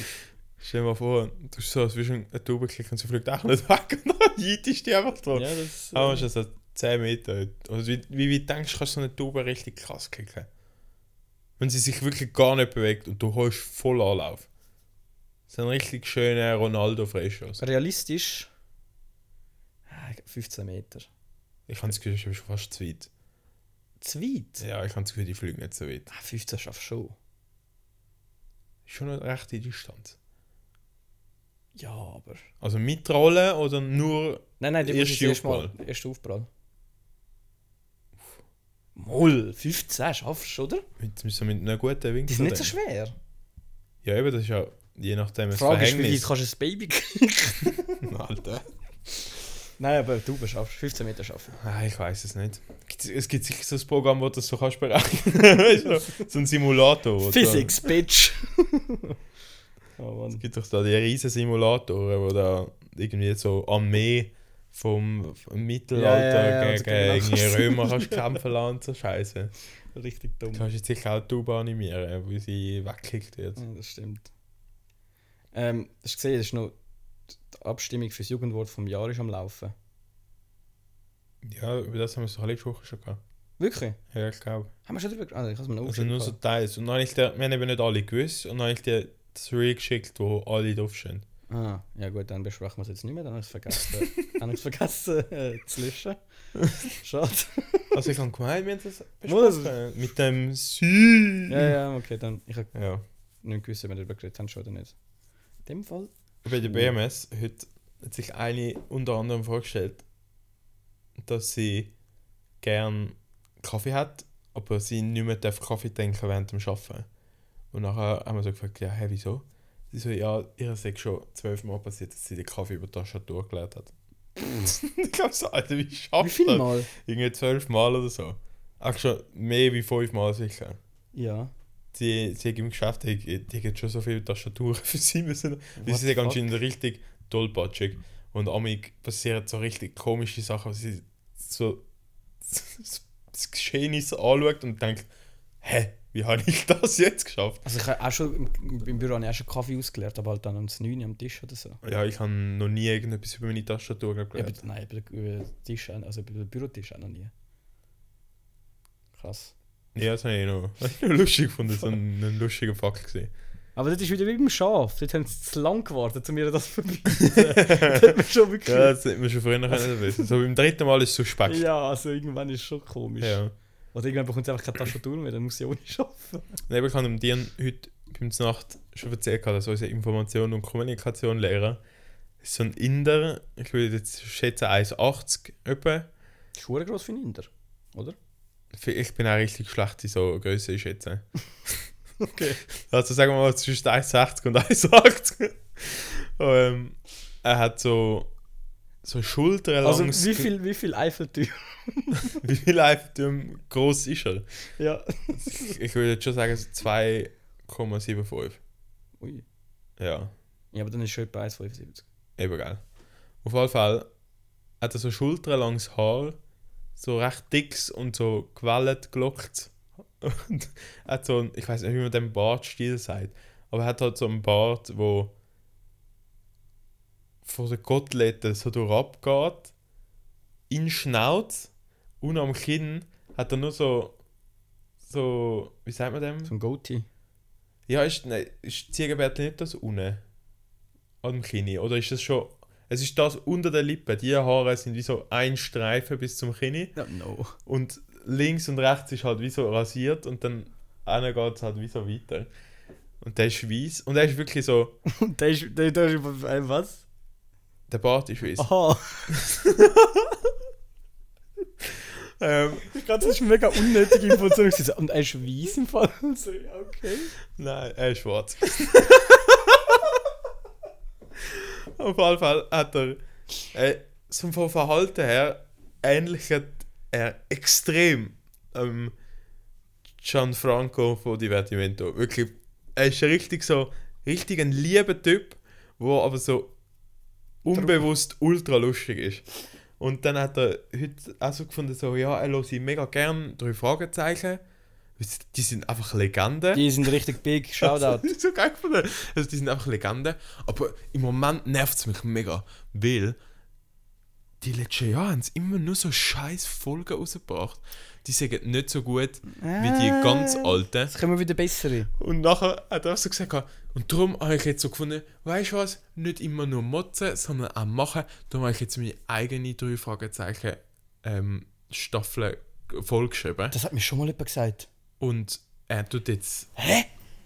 Speaker 1: Stell dir mal vor, du hast so zwischen eine Tube geklickt und sie fliegt auch nicht weg und dann jeitest die einfach
Speaker 2: Ja,
Speaker 1: drauf.
Speaker 2: das, äh,
Speaker 1: Aber es Ah, ist so 10 Meter. Also wie, wie weit denkst du, kannst du so eine Tube richtig krass kicken? Wenn sie sich wirklich gar nicht bewegt und du holst voll Anlauf. Das ist ein richtig schöner ronaldo freischuss
Speaker 2: realistisch. Ah, 15 Meter.
Speaker 1: Ich habe das Gefühl, ich bin schon fast zu weit.
Speaker 2: Zu weit?
Speaker 1: Ja, ich habe das Gefühl, die fliegen nicht so weit.
Speaker 2: Ah, 15 schaffst du schon.
Speaker 1: Schon eine rechte Distanz.
Speaker 2: Ja, aber.
Speaker 1: Also mitrollen oder nur...
Speaker 2: Nein, nein, die
Speaker 1: Erste
Speaker 2: musst du erst mal. Erst Aufprall. Moll, 15 schaffst du, oder?
Speaker 1: Mit, so mit einem guten Winkel.
Speaker 2: Die sind nicht so
Speaker 1: dann?
Speaker 2: schwer.
Speaker 1: Ja, eben, das ist ja je nachdem
Speaker 2: Die
Speaker 1: ein
Speaker 2: Frage ist, wie
Speaker 1: Verhängnis.
Speaker 2: weit kannst du ein Baby kriegen?
Speaker 1: Alter.
Speaker 2: Nein, aber du schaffst 15 Meter schaffen.
Speaker 1: Nein, Ah, ich weiß es nicht. Gibt's- Es gibt sicher so ein Programm, wo du das so kannst berechnen. Weißt du, so ein Simulator. wo du-
Speaker 2: Physics, Bitch! oh Mann.
Speaker 1: Es gibt doch da die riesen Simulatoren, wo da irgendwie so am Meer vom vom Mittelalter
Speaker 2: Ja, ja, ja,
Speaker 1: gegen
Speaker 2: genau.
Speaker 1: irgendwie Römer kannst kämpfen lassen und so Scheiße.
Speaker 2: Richtig dumm.
Speaker 1: Du kannst jetzt sicher auch Tuba animieren, wie sie weggekickt wird.
Speaker 2: Ja, das stimmt. Ähm, hast du gesehen, das ist noch die Abstimmung für das Jugendwort vom Jahr ist am Laufen.
Speaker 1: Ja, über das haben wir so alle gesprochen schon gehabt.
Speaker 2: Wirklich?
Speaker 1: Ja, ich glaube.
Speaker 2: Haben wir schon drüber gesprochen? Ah, ich habe es mir noch
Speaker 1: Also nur so
Speaker 2: aufgeschrieben.
Speaker 1: teils. Und dann habe ich dir, wir haben eben nicht alle gewusst, und dann habe ich dir das Reel geschickt, wo alle drauf stehen.
Speaker 2: Ah, ja gut, dann besprechen wir es jetzt nicht mehr, dann habe ich es vergessen. habe ich es vergessen äh, zu löschen. Schade.
Speaker 1: Also ich habe gemeint, wir haben das
Speaker 2: Muss.
Speaker 1: besprochen. Mit dem Sü.
Speaker 2: ja, ja, okay, dann. Ich habe
Speaker 1: ja.
Speaker 2: nicht gewusst, ob wir darüber geredet haben schon oder nicht. In dem Fall.
Speaker 1: Bei der BMS heute hat sich eine unter anderem vorgestellt, dass sie gern Kaffee hat, aber sie nicht mehr darf Kaffee trinken während dem Arbeiten. Und nachher haben wir so gefragt, ja, hä, wieso? Sie so, ja, ihr seid schon zwölfmal passiert, dass sie den Kaffee über die Tastatur geleert hat. ich glaube so, Alter, wie
Speaker 2: Wie
Speaker 1: schafft
Speaker 2: viel
Speaker 1: das?
Speaker 2: Mal?
Speaker 1: Irgendwie zwölfmal oder so. Auch schon mehr wie fünfmal sicher
Speaker 2: Ja.
Speaker 1: die, sie hat im Geschäft, die, die hat schon so viele Tastaturen für sie müssen. Weil
Speaker 2: What
Speaker 1: sie
Speaker 2: the
Speaker 1: sind
Speaker 2: fuck?
Speaker 1: anscheinend richtig tollpatschig. Und amig passieren so richtig komische Sachen, wo sie so das Geschehnis anschaut und denkt, hä, wie habe ich das jetzt geschafft?
Speaker 2: Also ich habe auch schon im, im Büro habe ich auch schon Kaffee ausgeleert, aber halt dann um 9 Uhr am Tisch oder so.
Speaker 1: Ja, ich habe noch nie irgendetwas über meine Tastatur
Speaker 2: Ja,
Speaker 1: gelernt.
Speaker 2: aber, nein, über, über den Tisch, auch- also über den Bürotisch auch noch nie. Krass.
Speaker 1: Ja, das habe ich noch, hab ich noch lustig gefunden. Das war ein, ein lustiger Fakt. Gewesen.
Speaker 2: Aber das ist wieder wie beim Schaf. Dort haben sie zu lang gewartet, um mir das vorbei zu Das hat mich schon wirklich.
Speaker 1: Ja, das hätten wir schon früher noch können wissen. So beim dritten Mal ist es suspekt. Ja.
Speaker 2: Ja, also irgendwann ist es schon komisch.
Speaker 1: ja.
Speaker 2: Oder irgendwann bekommt sie einfach keine Tastatur mehr, dann muss sie ohne arbeiten.
Speaker 1: Nein, aber ich habe dem Dian heute beim Nacht schon erzählt, gehabt, dass unser Information- und Kommunikationslehrer ist so ein Inder, ich würde jetzt schätzen 1,80 etwa.
Speaker 2: Das ist groß für einen Inder, oder?
Speaker 1: Ich bin auch richtig schlecht in so Größe einschätzen.
Speaker 2: Okay.
Speaker 1: Also sagen wir mal zwischen 1,60 und 1,80. Und, ähm, er hat so, so
Speaker 2: Also
Speaker 1: schulterlanges...
Speaker 2: wie viel, wie viel Eiffeltür?
Speaker 1: Wie viel Eiffelturm groß ist er?
Speaker 2: ja.
Speaker 1: Ich, ich würde jetzt schon sagen so 2,75.
Speaker 2: Ui.
Speaker 1: Ja.
Speaker 2: Ja, aber dann ist schon etwa 1,75.
Speaker 1: Eben, gell. Auf jeden Fall hat er so schulterlanges Haar, so recht dickes und so gewellt, gelockt. Und hat so einen, ich weiß nicht, wie man dem Bartstil sagt, aber er hat halt so einen Bart, wo von den Koteletten so durchabgeht, in die Schnauze und am Kinn hat er nur so, so, wie sagt man dem?
Speaker 2: Zum Goatee.
Speaker 1: Ja, ist, nein, ist Ziegenbärtel nicht das unten? An dem Kinn? Oder ist das schon... Es ist das unter der Lippe. Die Haare sind wie so ein Streifen bis zum Kinn.
Speaker 2: Ja, no.
Speaker 1: Und links und rechts ist halt wie so rasiert und dann einer geht es halt wie so weiter. Und der ist weiss. Und er ist wirklich so...
Speaker 2: Und der ist, der, der ist, äh, was?
Speaker 1: Der Bart ist weiss.
Speaker 2: Aha.
Speaker 1: Ähm,
Speaker 2: Ich glaube, das ist mega unnötige Information. gewesen. Und er ist weiss im Fall. So, ja, okay.
Speaker 1: nein, er ist schwarz. Auf jeden Fall hat er... Äh, so vom Verhalten her ähnlichert er extrem ähm, Gianfranco von Divertimento. Wirklich, er ist richtig so... Richtig ein lieber Typ, wo aber so unbewusst ultra lustig ist. Und dann hat er heute auch so gefunden, so, ja, er hört mega gern drei Fragezeichen. Die sind einfach Legenden.
Speaker 2: Die sind richtig big.
Speaker 1: Also,
Speaker 2: Shoutout.
Speaker 1: das ist so geil gefunden. Also, die sind einfach Legenden. Aber im Moment nervt es mich mega, weil die letzten Jahre haben sie immer nur so scheiß Folgen rausgebracht. Die sind nicht so gut wie die ganz alten.
Speaker 2: Jetzt kommen wieder bessere.
Speaker 1: Und nachher hat er auch so gesagt, gehabt, und darum habe ich jetzt so gefunden, weißt du was, nicht immer nur motzen, sondern auch machen. Darum habe ich jetzt meine eigene drei Fragezeichen ähm, Staffel vollgeschrieben.
Speaker 2: Das hat mir schon mal jemand gesagt.
Speaker 1: Und er tut jetzt
Speaker 2: Hä?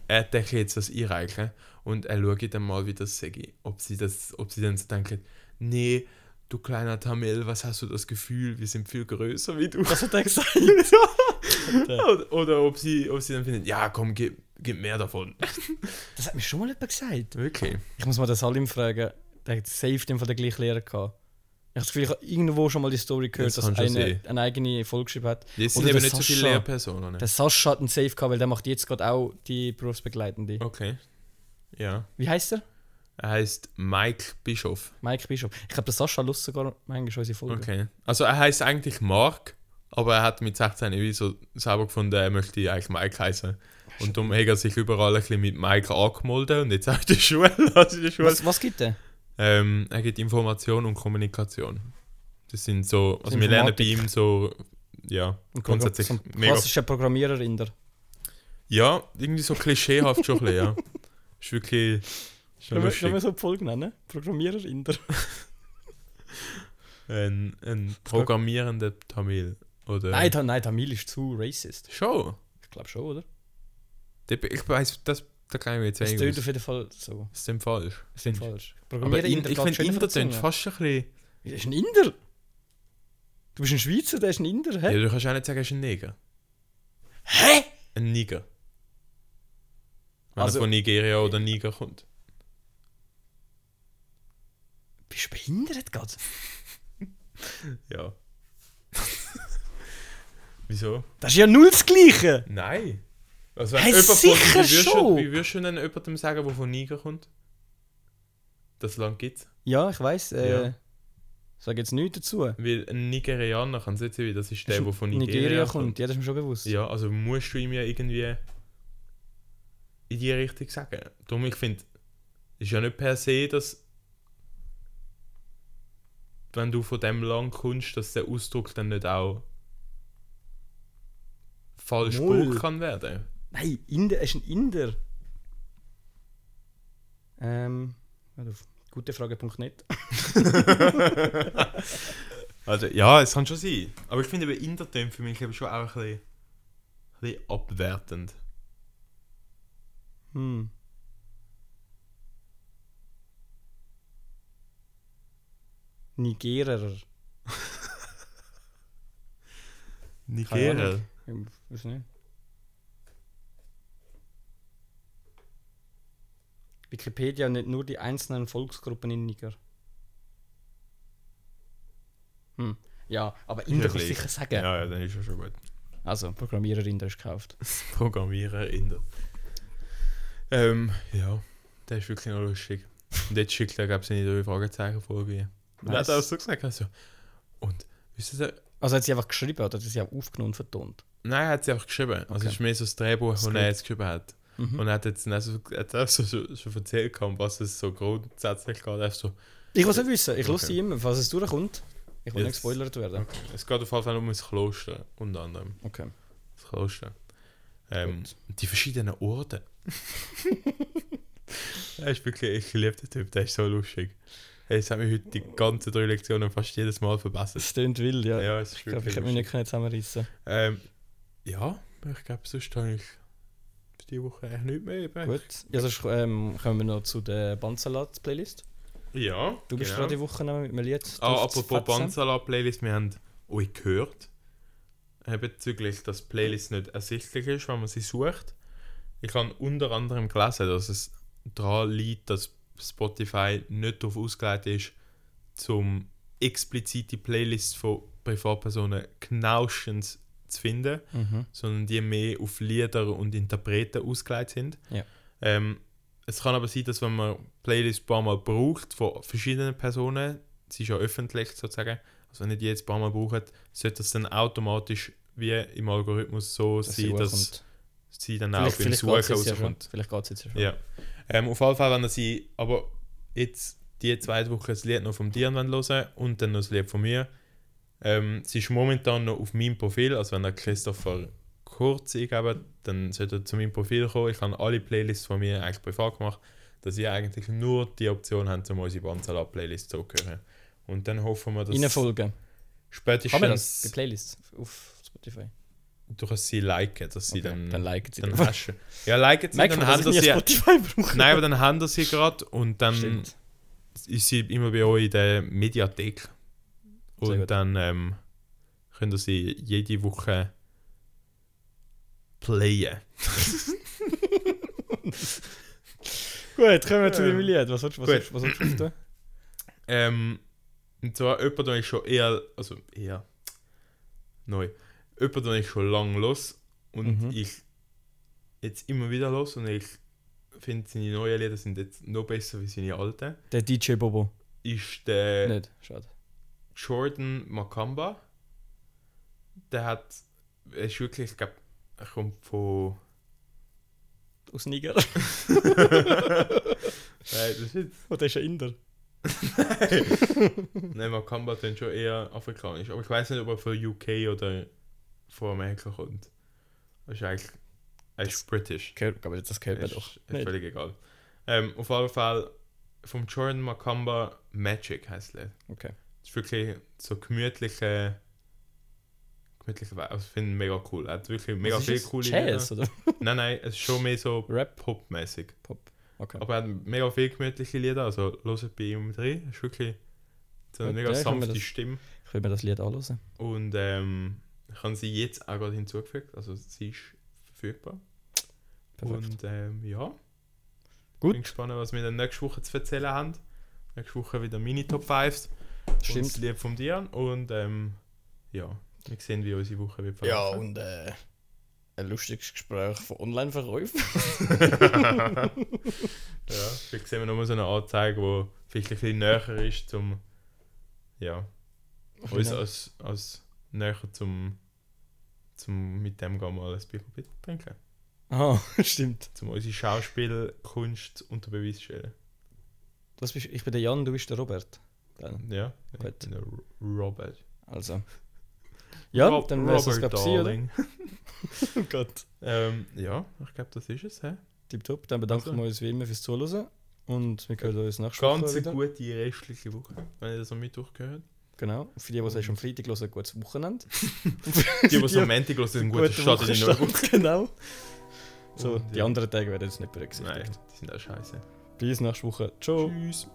Speaker 1: er denkt jetzt das einreichen und er schaut dann mal, wie das sage, ob sie das, ob sie dann so denken, nee, du kleiner Tamil, was hast du das Gefühl, wir sind viel größer wie du.
Speaker 2: Was hat er gesagt?
Speaker 1: oder, oder ob sie, ob sie dann finden, ja komm, gib, gib mehr davon.
Speaker 2: Das hat mir schon mal jemand gesagt.
Speaker 1: Wirklich?
Speaker 2: Ich muss mal den Salim fragen. Der hat safe den von der gleichen Lehrer gehabt. Ich habe das Gefühl, ich habe irgendwo schon mal die Story gehört,
Speaker 1: Das
Speaker 2: dass
Speaker 1: kann schon
Speaker 2: eine,
Speaker 1: sein.
Speaker 2: eine eigene Folge geschrieben hat.
Speaker 1: Das sind
Speaker 2: Oder
Speaker 1: eben
Speaker 2: der
Speaker 1: nicht so viele
Speaker 2: Sascha.
Speaker 1: Lehrpersonen. ne?
Speaker 2: Der Sascha hat einen Safe gehabt, weil der macht jetzt gerade auch die Berufsbegleitende.
Speaker 1: Okay. Ja.
Speaker 2: Wie heißt er?
Speaker 1: Er heißt Mike Bischof.
Speaker 2: Mike Bischof. Ich glaube, der Sascha lust sogar manchmal unsere Folge.
Speaker 1: Okay. Also er heißt eigentlich Mark, aber er hat mit 16 irgendwie so selber gefunden, er möchte eigentlich Mike heißen. Und darum hat er sich überall ein bisschen mit Mike angemeldet und jetzt auch in der Schule. Also in der Schule.
Speaker 2: Was, was gibt der?
Speaker 1: Ähm, er gibt Information und Kommunikation. Das sind so, also wir lernen bei
Speaker 2: Informatik.
Speaker 1: ihm so, ja,
Speaker 2: Ein Programm-
Speaker 1: grundsätzlich
Speaker 2: so ein
Speaker 1: mega.
Speaker 2: klassischer Programmierer in der.
Speaker 1: Ja, irgendwie so klischeehaft schon ein bisschen, ja. Ist wirklich, ist schon lustig.
Speaker 2: so die Folge nennen? Programmierer in der.
Speaker 1: Ein, ein programmierender Tamil. Oder?
Speaker 2: Nein, Ta nein, Tamil ist zu racist.
Speaker 1: schon.
Speaker 2: Ich glaube schon, oder?
Speaker 1: Der- Ich weiß, das, da kann ich mir jetzt
Speaker 2: Das tönt auf
Speaker 1: eigentlich.
Speaker 2: jeden Fall so.
Speaker 1: Das ist falsch.
Speaker 2: Ist nicht falsch.
Speaker 1: Aber
Speaker 2: Programmierer
Speaker 1: in, ich
Speaker 2: geht
Speaker 1: finde,
Speaker 2: schöner von
Speaker 1: Inder
Speaker 2: der
Speaker 1: tönt
Speaker 2: Zunge.
Speaker 1: fast ein bisschen.
Speaker 2: Er ist ein Inder. Du bist ein Schweizer, der ist ein Inder,
Speaker 1: Ja,
Speaker 2: hä?
Speaker 1: du kannst auch nicht sagen, er ist ein Neger.
Speaker 2: Hä?
Speaker 1: Ein Niger. Wenn
Speaker 2: Also-
Speaker 1: er von Nigeria oder Niger kommt.
Speaker 2: Bist du behindert gerade?
Speaker 1: Ja. Wieso?
Speaker 2: Das ist ja null das Gleiche.
Speaker 1: Nein. Also wenn
Speaker 2: Hey,
Speaker 1: jemand von-
Speaker 2: sicher
Speaker 1: wie würdest du-
Speaker 2: schon.
Speaker 1: Wie würdest du denn jemandem sagen, der von Niger kommt? Das Land gibt's.
Speaker 2: Ja, ich weiß. Äh,
Speaker 1: Ja.
Speaker 2: Sag jetzt nichts dazu.
Speaker 1: Weil ein Nigerianer kann es nicht sein, weil das ist der, der von Nigeria, kommt.
Speaker 2: Ja, das ist mir schon bewusst.
Speaker 1: Ja, also musst du ihm ja irgendwie in die Richtung sagen. Darum, ich finde, es ist ja nicht per se, dass wenn du von dem Land kommst, dass der Ausdruck dann nicht auch falsch
Speaker 2: Null.
Speaker 1: gebraucht kann werden.
Speaker 2: Nein, Inder, er ist ein Inder. Ähm, warte auf gutefrage.net.
Speaker 1: Also, ja, es kann schon sein. Aber ich finde eben Intertem für mich eben schon auch ein bisschen, ein bisschen abwertend.
Speaker 2: Hm. Nigerer. Keine
Speaker 1: Nigeria.
Speaker 2: Ahnung. Ich weiß nicht. Wikipedia nicht nur die einzelnen Volksgruppen in Niger. Hm. Ja, aber Inder
Speaker 1: ein
Speaker 2: kann ich
Speaker 1: bisschen-
Speaker 2: sicher sagen.
Speaker 1: Ja, ja, dann ist ja schon gut.
Speaker 2: Also, Programmierer Inder ist gekauft.
Speaker 1: Programmierer in der. Ähm, ja, der ist wirklich noch lustig. Und jetzt schickt er, glaube ich, seine drei Fragezeichen vor mir. Und er
Speaker 2: Nice.
Speaker 1: hat auch so gesagt, also, und, wisst ihr,
Speaker 2: Also hat sie einfach geschrieben oder hat sie auch aufgenommen und vertont?
Speaker 1: nein, er hat sie auch geschrieben. Also,
Speaker 2: Okay.
Speaker 1: es ist Mhm. mehr so das Drehbuch, das
Speaker 2: Skript.
Speaker 1: er jetzt geschrieben hat. Und er hat jetzt dann auch so, er hat auch so, so, so erzählt, gehabt, um was es so grundsätzlich geht. Einfach so,
Speaker 2: Ich will es nicht wissen. Ich
Speaker 1: Okay.
Speaker 2: Äh, okay. sie immer, falls es durchkommt. Ich will
Speaker 1: Jetzt-
Speaker 2: nicht gespoilert werden.
Speaker 1: es geht auf jeden Fall um das Kloster, unter anderem.
Speaker 2: Okay.
Speaker 1: Das Kloster. Ähm, die verschiedenen Orte. Er ist wirklich, ich liebe den Typ, der ist so lustig. Hey, jetzt haben wir heute die ganzen drei Lektionen fast jedes Mal verbessert.
Speaker 2: Das tönt wild, ja.
Speaker 1: Ja, es ist
Speaker 2: ich glaube, ich
Speaker 1: wirklich
Speaker 2: hätte mich
Speaker 1: lustig.
Speaker 2: nicht können zusammenreissen
Speaker 1: Ähm, ja, ich glaube, sonst habe ich für die Woche eigentlich nichts mehr. eben.
Speaker 2: Gut. Ja, sonst ähm, kommen wir noch zu der Bandsalat-Playlist.
Speaker 1: Ja.
Speaker 2: Du bist
Speaker 1: genau.
Speaker 2: gerade die Woche noch mit einem Lied.
Speaker 1: Ah,
Speaker 2: drauf zu
Speaker 1: apropos
Speaker 2: fetzen.
Speaker 1: Bandsalat-Playlist, wir haben euch gehört äh, bezüglich, dass die Playlist nicht ersichtlich ist, wenn man sie sucht. Ich habe unter anderem gelesen, dass es daran liegt, dass Spotify nicht darauf ausgelegt ist, zum explizite Playlists von Privatpersonen genauestens zu finden,
Speaker 2: Mhm.
Speaker 1: sondern die mehr auf Lieder und Interpreten ausgelegt sind.
Speaker 2: Ja.
Speaker 1: Ähm, es kann aber sein, dass wenn man Playlist ein paar Mal braucht von verschiedenen Personen, sie ist ja öffentlich sozusagen, also wenn ihr die jetzt ein paar Mal braucht, sollte das dann automatisch wie im Algorithmus so
Speaker 2: Dass
Speaker 1: sein,
Speaker 2: sie
Speaker 1: dass
Speaker 2: hochkommt.
Speaker 1: sie dann auch
Speaker 2: vielleicht
Speaker 1: beim
Speaker 2: vielleicht
Speaker 1: Suchen
Speaker 2: geht es jetzt ja schon.
Speaker 1: rauskommt.
Speaker 2: Vielleicht geht's jetzt ja schon.
Speaker 1: Ja. Ähm, auf jeden Fall, wenn ihr sie aber jetzt die zweite Woche das Lied noch vom Dian hören wollt und dann noch das Lied von mir. Ähm, sie ist momentan noch auf meinem Profil, also wenn ihr Christopher Kurz eingebt, dann sollt ihr zu meinem Profil kommen. Ich habe alle Playlists von mir eigentlich privat gemacht, dass ihr eigentlich nur die Option habt, um unsere Bandsalat-Playlist zu hören. Und dann hoffen wir, dass
Speaker 2: Reinfolgen. Haben wir das? Die
Speaker 1: spätestens
Speaker 2: Playlist auf Spotify.
Speaker 1: du kannst sie liken, dass sie
Speaker 2: Okay,
Speaker 1: dann,
Speaker 2: dann liken sie
Speaker 1: dann
Speaker 2: doch.
Speaker 1: hast du. Ja, liken sie,
Speaker 2: Merkt
Speaker 1: dann
Speaker 2: man, dass
Speaker 1: haben
Speaker 2: ich nie
Speaker 1: sie.
Speaker 2: Spotify brauche.
Speaker 1: Nein, aber dann haben wir sie gerade und dann
Speaker 2: Stimmt.
Speaker 1: ist sie immer bei euch in der Mediathek.
Speaker 2: Sehr
Speaker 1: Und
Speaker 2: gut.
Speaker 1: dann ähm, könnt ihr sie jede Woche playen.
Speaker 2: Gut, kommen wir zu deinem Lied. Was sollst du
Speaker 1: Gut.
Speaker 2: was, was, was tun?
Speaker 1: Ähm, und zwar jemand, den ich schon eher, also eher neu, jemand, den ich schon lange los und
Speaker 2: Mhm.
Speaker 1: ich jetzt immer wieder los und ich finde, seine neuen Lieder sind jetzt noch besser wie seine alten.
Speaker 2: Der DJ Bobo.
Speaker 1: Ist der.
Speaker 2: Nicht, schade.
Speaker 1: Jordan Makamba, der hat, er ist wirklich, ich glaube, er kommt von.
Speaker 2: Aus Niger.
Speaker 1: Nein, das ist jetzt.
Speaker 2: Oder ist ein Inder?
Speaker 1: Nein, Makamba dann schon eher afrikanisch. Aber ich weiß nicht, ob er von UK oder von Amerika kommt. Er ist eigentlich. Er ist britisch.
Speaker 2: Gehört, aber das gehört
Speaker 1: Ist, ist
Speaker 2: mir doch. Nicht.
Speaker 1: völlig egal. Ähm, auf jeden Fall, vom Jordan Makamba Magic heißt es.
Speaker 2: Okay.
Speaker 1: ist wirklich so gemütliche. Gemütliche Vibe. Also, Ich finde ihn mega cool. Er hat wirklich mega
Speaker 2: Was ist
Speaker 1: viele
Speaker 2: das?
Speaker 1: coole
Speaker 2: Jazz oder
Speaker 1: Nein, nein, es ist schon mehr so
Speaker 2: Rap?
Speaker 1: popmäßig.
Speaker 2: Pop. Okay.
Speaker 1: Aber er hat mega viele gemütliche Lieder, also hört bei ihm rein. Ist wirklich so eine
Speaker 2: Gut,
Speaker 1: mega
Speaker 2: ja, ich kann mir
Speaker 1: sanfte
Speaker 2: das-
Speaker 1: Stimme.
Speaker 2: Ich will mir das Lied anhören.
Speaker 1: Und ähm, ich habe sie jetzt auch gerade hinzugefügt, also sie ist verfügbar.
Speaker 2: Perfekt.
Speaker 1: Und ähm, ja,
Speaker 2: Gut.
Speaker 1: bin gespannt, was wir dann nächste Woche zu erzählen haben. Nächste Woche wieder meine Top 5 und das
Speaker 2: Stimmt.
Speaker 1: Lied von Dian. Und ähm, ja, wir sehen, wie unsere Woche wird
Speaker 2: Ja, und äh, ein lustiges Gespräch von Online-Verkäufen.
Speaker 1: Ja, vielleicht sehen wir nochmal so eine Anzeige, die vielleicht ein bisschen näher ist zum. Ja, uns als, als näher zum. zum mit dem gehen wir mal ein Bier trinken.
Speaker 2: Ah, stimmt.
Speaker 1: Zum unsere Schauspielkunst unter Beweis stellen.
Speaker 2: Das bist, ich bin der Jan, du bist der Robert. Gell?
Speaker 1: Ja,
Speaker 2: Gut.
Speaker 1: ich bin der R- Robert.
Speaker 2: Also. Ja,
Speaker 1: Rob-
Speaker 2: dann wäre es das,
Speaker 1: Robert
Speaker 2: glaube ich, gewesen, oder?
Speaker 1: Darling.
Speaker 2: Oh Gott.
Speaker 1: Ähm, ja, ich glaube, das ist es. He?
Speaker 2: Tipptopp, dann bedanken
Speaker 1: Also.
Speaker 2: wir uns wie immer fürs Zuhören und wir hören uns nächste
Speaker 1: Ganz
Speaker 2: Woche
Speaker 1: eine
Speaker 2: wieder.
Speaker 1: gute restliche Woche, wenn ihr das am Mittwoch gehört.
Speaker 2: Genau. Und Für die, die es erst am Freitag hören, ein gutes Wochenende.
Speaker 1: Die, die es am Montag hören, sind gut, Start in die neue Woche.
Speaker 2: Genau. So,
Speaker 1: Und,
Speaker 2: die
Speaker 1: ja.
Speaker 2: anderen Tage werden jetzt nicht
Speaker 1: Nein,
Speaker 2: berücksichtigt.
Speaker 1: die sind auch scheiße.
Speaker 2: Bis nächste Woche. Ciao.
Speaker 1: Tschüss.